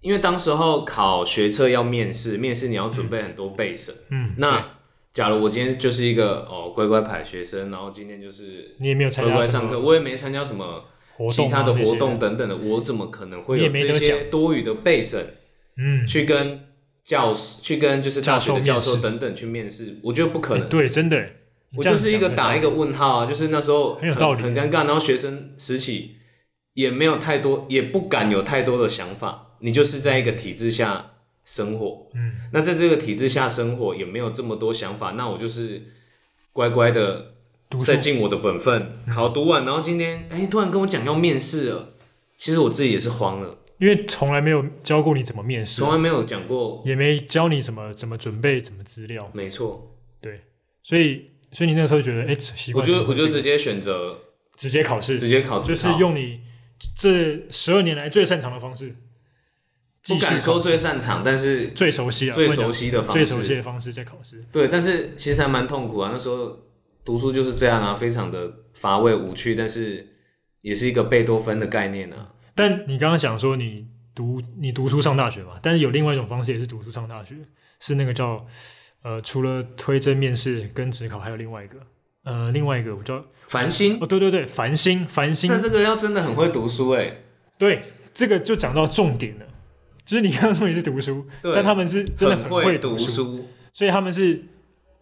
B: 因为当时候考学测要面试，面试你要准备很多备审。
A: 嗯，对
B: 那假如我今天就是一个哦乖乖牌学生，然后今天就是
A: 你也没有参
B: 乖
A: 加
B: 乖
A: 什
B: 上
A: 么
B: 课，我也没参加什么
A: 活动、啊、
B: 其他的
A: 那些
B: 活动，等等的，我怎么可能会
A: 你也
B: 有
A: 没
B: 这
A: 得
B: 些多余的备审
A: 嗯，
B: 去跟教师、去跟就是大学的
A: 教授面
B: 教
A: 试
B: 授
A: 哎
B: 等等去面试？我觉得不可
A: 诶
B: 能。
A: 对，真的耶，你
B: 我
A: 这样
B: 就是一个
A: 讲得很
B: 打一个问号啊，就是那时候
A: 很有道理啊
B: 很尴尬。然后学生时期也没有太多，也不敢有太多的想法。你就是在一个体制下生活，
A: 嗯，
B: 那在这个体制下生活也没有这么多想法。那我就是乖乖的
A: 读书嗯
B: 再，尽我的本分，好读完。然后今天哎、突然跟我讲要面试了，其实我自己也是慌了，
A: 因为从来没有教过你怎么面试
B: 从
A: 啊，
B: 来没有讲过。
A: 也没教你怎么怎么准备、怎么资料，
B: 没错，
A: 对，所以所以你那时候觉得，哎，习
B: 我
A: 惯
B: 就
A: 性
B: 我
A: 会
B: 就
A: 这个
B: 直接选择
A: 直接考试，
B: 直接考职
A: 就是
B: 考，
A: 用你这十二年来最擅长的方式，继
B: 不
A: 续
B: 敢说
A: 考试
B: 最擅长，但是
A: 最熟悉啊，
B: 最
A: 不能
B: 熟
A: 讲
B: 悉的方式，
A: 最熟悉的方式在考试。
B: 对，但是其实还蛮痛苦啊。那时候读书就是这样啊，非常的乏味无趣，但是也是一个贝多芬的概念啊。
A: 但你刚刚讲说你读你读书上大学嘛，但是有另外一种方式也是读书上大学，是那个叫呃，除了推甄面试跟职考，还有另外一个呃，另外一个我叫
B: 繁星，
A: 哦，对对对，繁星繁星
B: 但，这个要真的很会读书哎、
A: 对，这个就讲到重点了，就是你刚刚说你是读书，
B: 对
A: 但他们是真的
B: 很
A: 会
B: 读
A: 书，
B: 书，
A: 所以他们是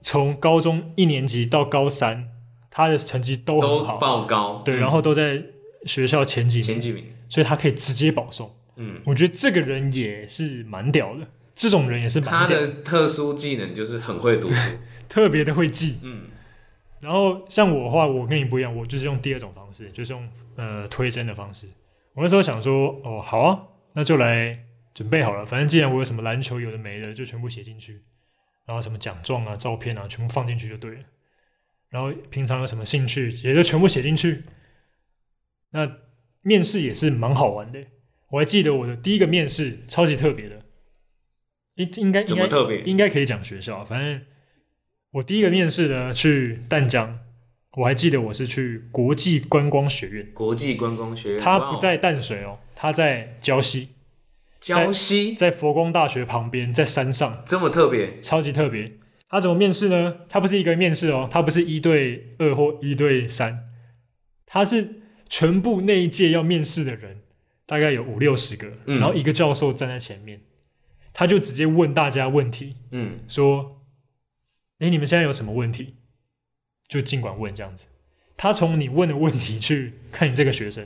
A: 从高中一年级到高三，他的成绩都
B: 都
A: 很好，
B: 报高，嗯
A: 对，然后都在学校前几名，
B: 前几名，
A: 所以他可以直接保送。
B: 嗯，
A: 我觉得这个人也是蛮屌的，这种人也是
B: 他
A: 蛮屌的，
B: 的特殊技能就是很会 读书，
A: 特别的会记。
B: 嗯，
A: 然后像我的话，我跟你不一样，我就是用第二种方式，就是用呃推甄的方式。我那时候想说，哦，好啊，那就来准备好了，反正既然我有什么篮球有的没的，就全部写进去，然后什么奖状啊、照片啊，全部放进去就对了。然后平常有什么兴趣，也就全部写进去。那面试也是蛮好玩的，我还记得我的第一个面试超级特别的，应应该应
B: 怎
A: 该
B: 么特别？
A: 应该可以讲学校，反正我第一个面试呢去淡江，我还记得我是去国际观光学院，
B: 国际观光学院，
A: 它
B: 哇哦
A: 不在淡水哦，它在礁溪，
B: 礁溪，
A: 在佛光大学旁边，在山上，
B: 这么特别，
A: 超级特别。它怎么面试呢？它不是一个面试哦，它不是一对二或一对三，它是全部那一届要面试的人，大概有五六十个，
B: 嗯
A: 然后一个教授站在前面，他就直接问大家问题，
B: 嗯，
A: 说：“哎、你们现在有什么问题？就尽管问这样子。”他从你问的问题去看你这个学生，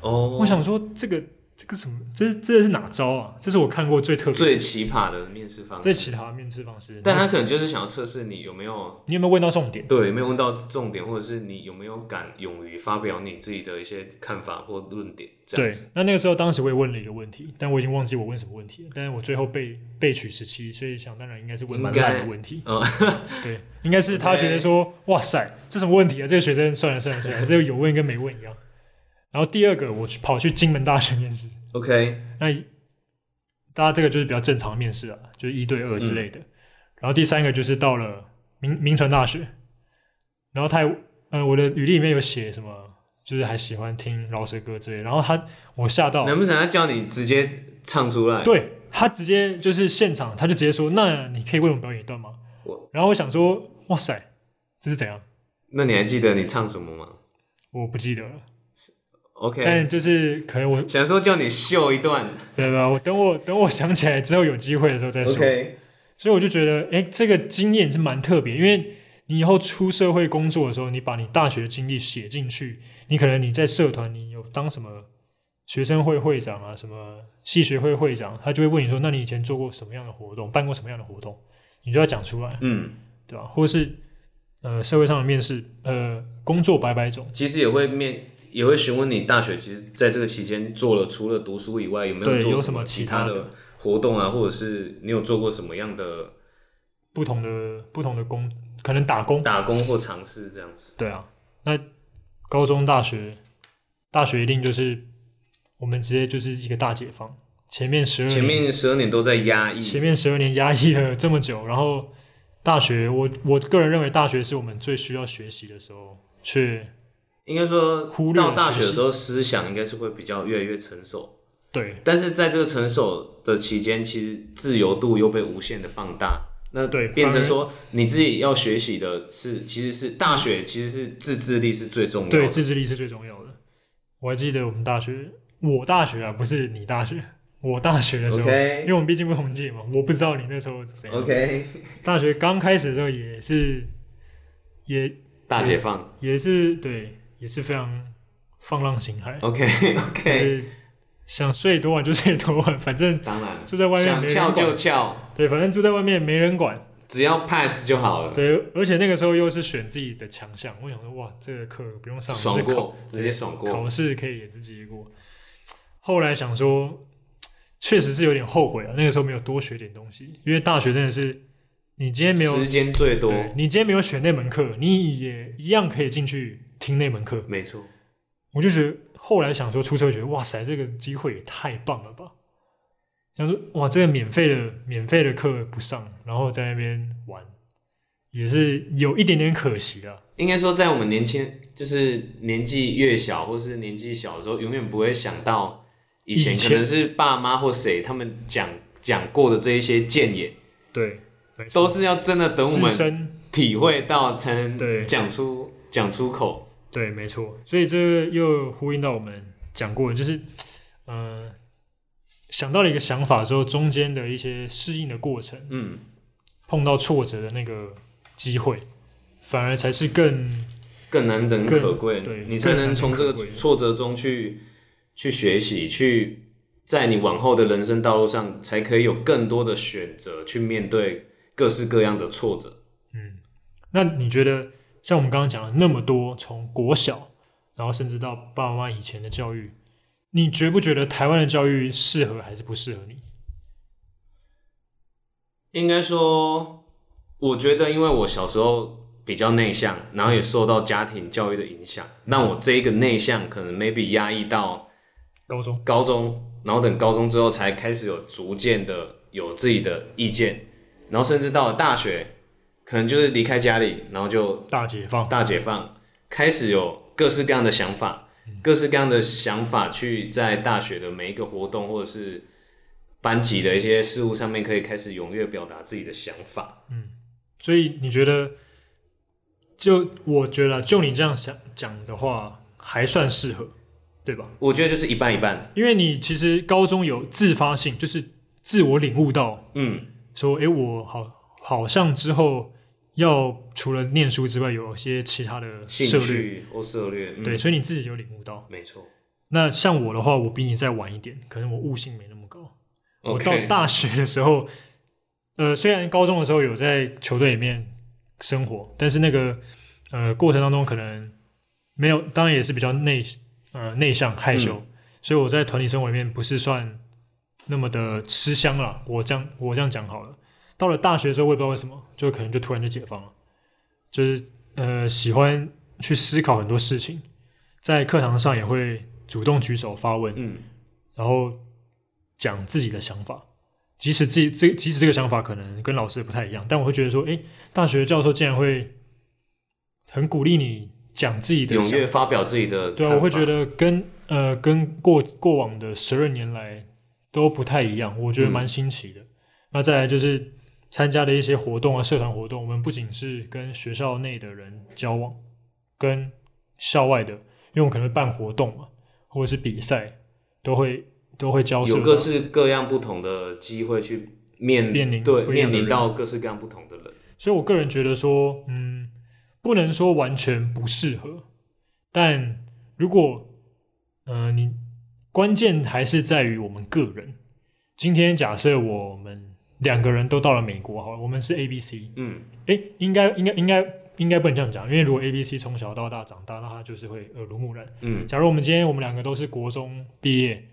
B: 哦，
A: 我想说这个这个什么，这这是哪招啊？这是我看过最特别、
B: 哦最奇葩的面试方式，
A: 最奇葩的面试方式。
B: 但
A: 然后
B: 他可能就是想要测试你有没有
A: 你有没有问到重点？
B: 对，没有问到重点，或者是你有没有敢勇于发表你自己的一些看法或论点，这样
A: 对
B: 子。，
A: 那那个时候当时我也问了一个问题，但我已经忘记我问什么问题了。但是我最后被被取十七，所以想当然应该是问蛮烂的问题。
B: 嗯
A: 对，应该是他觉得说，哇塞，这什么问题啊？这个学生算了算了算了，这个有问跟没问一样。然后第二个，我去跑去金门大学面试，
B: OK，
A: 那大家这个就是比较正常的面试啊，就是一对
B: 嗯
A: 二之类的。然后第三个就是到了民民传大学，然后他还呃我的履历里面有写什么，就是还喜欢听饶舌歌之类的。然后他我吓到，
B: 难不成他叫你直接唱出来？
A: 对他直接就是现场，他就直接说：“那你可以为我们表演一段吗
B: 我？”
A: 然后我想说：“哇塞，这是怎样？
B: 那你还记得你唱什么吗
A: 我不记得了。
B: ？OK，
A: 但就是可能我
B: 想说叫你秀一段。
A: 对吧？我等我等我想起来之后有机会的时候再说。
B: OK，
A: 所以我就觉得，哎，这个经验是蛮特别，因为你以后出社会工作的时候，你把你大学经历写进去，你可能你在社团你有当什么学生会会长啊，什么系学会会长，他就会问你说，那你以前做过什么样的活动，办过什么样的活动，你就要讲出来，
B: 嗯，
A: 对吧？或者是呃社会上的面试，呃工作百百种，
B: 其实也会面，也会询问你大学其实在这个期间做了除了读书以外，有没
A: 对
B: 做
A: 有
B: 什
A: 什么
B: 其
A: 其他
B: 的活动啊，或者是你有做过什么样的
A: 不同的不同的工，可能打工，
B: 打工或尝试这样子？
A: 对啊，那高中、大学，大学一定就是我们直接就是一个大解放，前面十二
B: 前面十二年都在压抑，
A: 嗯前面十二年压抑了这么久，然后大学，我我个人认为大学是我们最需要学习的时候，却
B: 应该说
A: 忽，略了
B: 到大学
A: 学
B: 的
A: 习
B: 时候，思想应该是会比较越来越成熟，
A: 对
B: 但是在这个成熟的期间，其实自由度又被无限的放大，那
A: 对
B: 变成
A: 反而
B: 说你自己要学习的是，其实是大学其实是自制力是最重要
A: 对
B: 的，
A: 自制力是最重要的。我还记得我们大学，我大学啊，不是你大学，我大学的时候
B: OK
A: 因为我们毕竟不同届嘛，我不知道你那时候是怎样。
B: OK，
A: 大学刚开始的时候也是也
B: 大解放
A: 也是对，也是非常放浪形骸，
B: ，OK
A: 就
B: OK，
A: 是想睡多晚就睡多晚， 反正
B: 当然
A: 住在外面
B: 想
A: 没
B: 翘
A: 人
B: 就
A: 管，
B: 翘，
A: 对，反正住在外面没人管，
B: 只要 pass 就好了，
A: 对，而且那个时候又是选自己的强项，我想说哇，这个课不用上，
B: 爽
A: 这考
B: 过直接爽过，
A: 考试可以也是直接过。后来想说，确实是有点后悔啊，那个时候没有多学点东西，因为大学真的是你今天没有，
B: 时间最多，
A: 对你今天没有选那门课，你也一样可以进去听那门课，
B: 没错，
A: 我就觉得后来想说出车觉得哇塞，这个机会也太棒了吧！想说哇，这个免费的免费的课不上，然后在那边玩，也是有一点点可惜啊。
B: 应该说，在我们年轻，就是年纪越小，或是年纪小的时候，永远不会想到以前
A: 以前
B: 可能是爸妈或谁他们讲讲过的这一些谏言，
A: 对，没错
B: 都是要真的等我
A: 自
B: 们
A: 身
B: 体会到，才
A: 对
B: 能讲出讲出口。
A: 对，没错。所以这又呼应到我们讲过的，就是嗯、呃想到了一个想法之后，中间的一些适应的过程，
B: 嗯，
A: 碰到挫折的那个机会，反而才是更
B: 更难能
A: 更
B: 可贵
A: 对，
B: 你才
A: 更难
B: 能
A: 能
B: 从
A: 可
B: 这个
A: 贵
B: 挫折中去去学习，去在你往后的人生道路上，才可以有更多的选择去面对各式各样的挫折。
A: 嗯，那你觉得像我们刚刚讲了那么多，从国小，然后甚至到爸爸妈妈以前的教育，你觉不觉得台湾的教育适合还是不适合你？
B: 应该说，我觉得因为我小时候比较内向，然后也受到家庭教育的影响，让我这一个内向可能 maybe 压抑到
A: 高中，
B: 高中，然后等高中之后才开始有逐渐的有自己的意见，然后甚至到了大学，可能就是离开家里，然后就
A: 大解放，
B: 大解放，开始有各式各样的想法，各式各样的想法去在大学的每一个活动或者是班级的一些事物上面，可以开始踊跃表达自己的想法。
A: 所以你觉得，就我觉得，就你这样想讲的话，还算适合，对吧？
B: 我觉得就是一半一半，
A: 因为你其实高中有自发性，就是自我领悟到
B: 嗯，
A: 说，诶，我好好像之后要除了念书之外，有一些其他的
B: 兴
A: 涉猎，
B: 趣或策略，嗯、
A: 对，，所以你自己有领悟到。
B: 没错。
A: 那像我的话，我比你再晚一点，可能我悟性没那么高。我
B: OK，
A: 到大学的时候，呃，虽然高中的时候有在球队里面生活，但是那个呃过程当中可能没有，当然也是比较内呃内向害羞，所以我在团体生活里面不是算那么的吃香了。我这样我这样讲好了。到了大学之后，我也不知道为什么，就可能就突然就解放了，就是呃喜欢去思考很多事情，在课堂上也会主动举手发问，
B: 嗯，
A: 然后讲自己的想法，即使自己这即使这个想法可能跟老师不太一样，但我会觉得说，诶，大学教授竟然会很鼓励你讲自己的
B: 踊
A: 想
B: 跃发表自己的，
A: 对啊，我会觉，得跟呃跟过过往的十二年来都不太一样，我
B: 嗯
A: 觉得蛮新奇的。那再来就是参加的一些活动啊，社团活动，我们不仅是跟学校内的人交往，跟校外的，因为我们可能会办活动嘛，或者是比赛，都会都会交涉
B: 有
A: 到。
B: 各式各样不同的机会去面
A: 面临
B: 对
A: 不一样的
B: 面临
A: 人
B: 到各式各样不同的人，
A: 所以我个人觉得说，嗯，不能说完全不适合，但如果，呃，你关键还是在于我们个人。今天假设我们两个人都到了美国，好了，我们是 A、B、C，
B: 嗯，
A: 哎，应该应该应该应该不能这样讲，因为如果 A、B、C 从小到大长大，那他就是会耳濡目染。
B: 嗯
A: 假如我们今天我们两个都是国中毕业，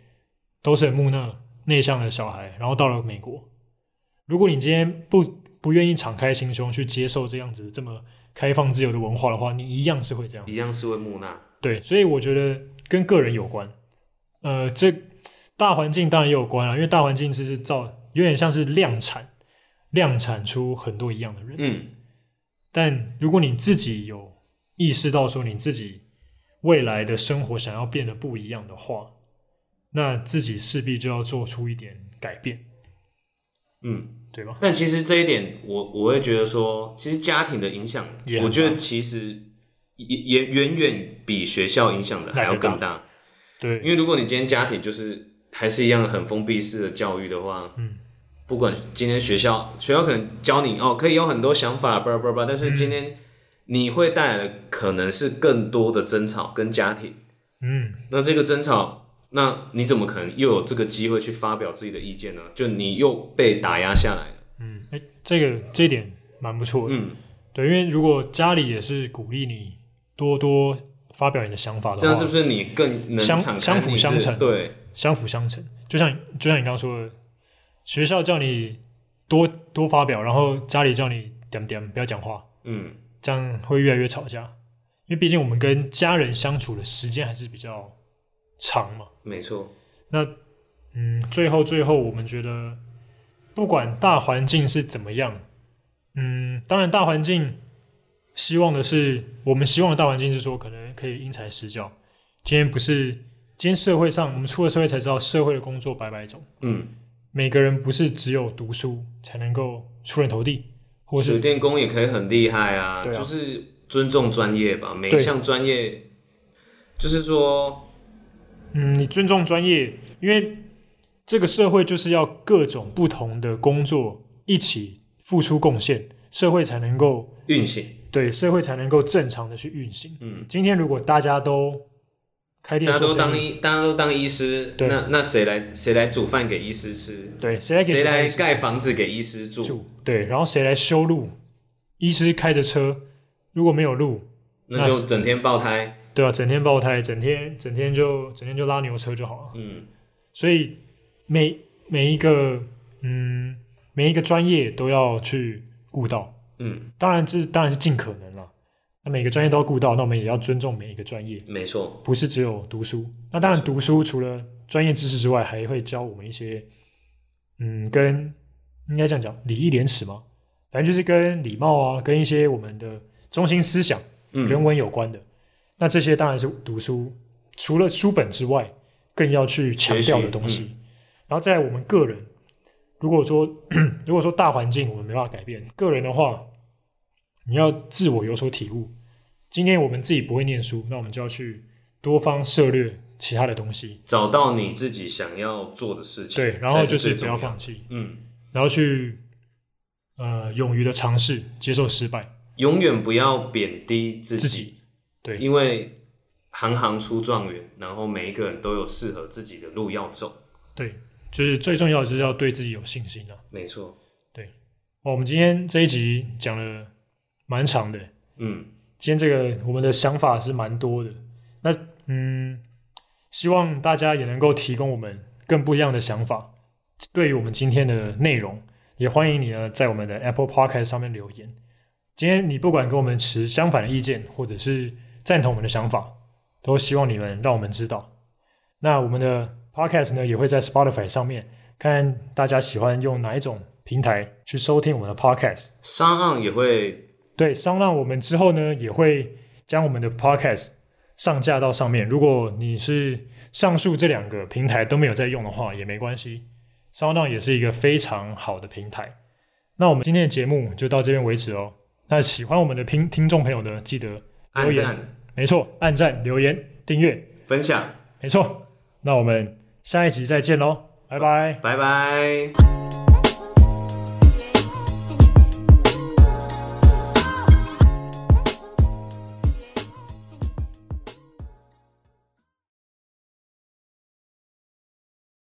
A: 都是很木讷内向的小孩，然后到了美国，如果你今天不不愿意敞开心胸去接受这样子这么开放自由的文化的话，你一样是会这样。
B: 一样是会木讷，
A: 对，所以我觉得跟个人有关。呃，这大环境当然也有关啊，因为大环境是是造有点像是量产，量产出很多一样的人。
B: 嗯，
A: 但如果你自己有意识到说你自己未来的生活想要变得不一样的话，那自己势必就要做出一点改变，
B: 嗯。
A: 对吧？
B: 但其实这一点我，我会觉得说，其实家庭的影响
A: 也，很
B: 我觉得其实也也远远比学校影响的还要更大。因
A: 对，
B: 为如果你今天家庭就是还是一样很封闭式的教育的话，
A: 嗯，
B: 不管今天学校学校可能教你哦，可以有很多想法，叭叭叭，但是
A: 嗯
B: 今天你会带来的可能是更多的争吵跟家庭。
A: 嗯，
B: 那这个争吵，那你怎么可能又有这个机会去发表自己的意见呢？就你又被打压下来了。
A: 嗯，哎，这个这一点蛮不错的。
B: 嗯，
A: 对，因为如果家里也是鼓励你多多发表你的想法
B: 这
A: 的
B: 样是
A: 话
B: 不，是你更能
A: 相
B: 敞开
A: 相辅
B: 你
A: 相
B: 自
A: 成
B: 对，
A: 相辅相成。就像就像你刚刚说的，学校叫你多多发表，然后家里叫你点点不要讲话，
B: 嗯，
A: 这样会越来越吵架，因为毕竟我们跟家人相处的时间还是比较长嘛。
B: 没错，
A: 那嗯，最后最后，我们觉得不管大环境是怎么样，嗯，当然大环境希望的是，我们希望的大环境是说，可能可以因材施教。今天不是，今天社会上我们出了社会才知道，社会的工作百百种，
B: 嗯，
A: 每个人不是只有读书才能够出人头地，或
B: 水
A: 是
B: 电工也可以很厉害啊，
A: 对啊
B: 就是尊重专业吧，每一
A: 对
B: 项专业，就是说，
A: 嗯，你尊重专业，因为这个社会就是要各种不同的工作一起付出贡献，社会才能够
B: 运行，
A: 对社会才能够正常的去运行。
B: 嗯，
A: 今天如果大家都开店
B: 大家
A: 做
B: 都
A: 生
B: 当
A: 意，
B: 医，大家都当医师，
A: 对
B: 那那谁来谁来煮饭给医师吃？
A: 对，谁来给
B: 谁
A: 这个
B: 来
A: 公司
B: 盖房子给医师住？
A: 住？对，然后谁来修路？医师开着车，如果没有路，
B: 那就整天爆胎。
A: 对啊，整天爆胎，整天整天就整天就拉牛车就好了。
B: 嗯，
A: 所以每每一个嗯每一个专业都要去顾到，
B: 嗯，
A: 当然这当然是尽可能了。那每个专业都要顾到，那我们也要尊重每一个专业。
B: 没错，
A: 不是只有读书。那当然，读书除了专业知识之外，还会教我们一些，嗯，跟应该这样讲，礼义廉耻吗？反正就是跟礼貌啊，跟一些我们的中心思想、
B: 嗯
A: 人文有关的。那这些当然是读书除了书本之外，更要去强调的东
B: 嗯
A: 西。然后在我们个人，如果说 如果说大环境我们没办法改变，个人的话，你要自我有所体悟。今天我们自己不会念书，那我们就要去多方涉略其他的东西，
B: 找到你自己想要做的事情，
A: 对，然后就
B: 才
A: 是
B: 是
A: 不
B: 最
A: 要
B: 重的。
A: 放弃，
B: 嗯，
A: 然后去呃勇于的尝试，接受失败，
B: 永远不要贬低自
A: 自己对
B: 因为行行出状元，然后每一个人都有适合自己的路要走。
A: 对，就是最重要的就是要对自己有信心啊。
B: 没错，
A: 哦，我们今天这一集讲了蛮长的，
B: 嗯，
A: 今天这个我们的想法是蛮多的。那嗯，希望大家也能够提供我们更不一样的想法。对于我们今天的内容，也欢迎你呢在我们的 Apple Podcast 上面留言。今天你不管跟我们持相反的意见，或者是赞同我们的想法，都希望你们让我们知道。那我们的 Podcast 呢也会在 Spotify 上面，看大家喜欢用哪一种平台去收听我们的 Podcast。
B: 商岸也会，
A: 对，商浪我们之后呢也会将我们的 podcast 上架到上面。如果你是上述这两个平台都没有在用的话，也没关系，商浪也是一个非常好的平台。那我们今天的节目就到这边为止哦。那喜欢我们的听听众朋友呢，记得留
B: 按
A: 言
B: 赞、
A: 没错，按赞、留言、订阅，
B: 分享，
A: 没错。那我们下一集再见喽，拜拜。
B: 拜拜。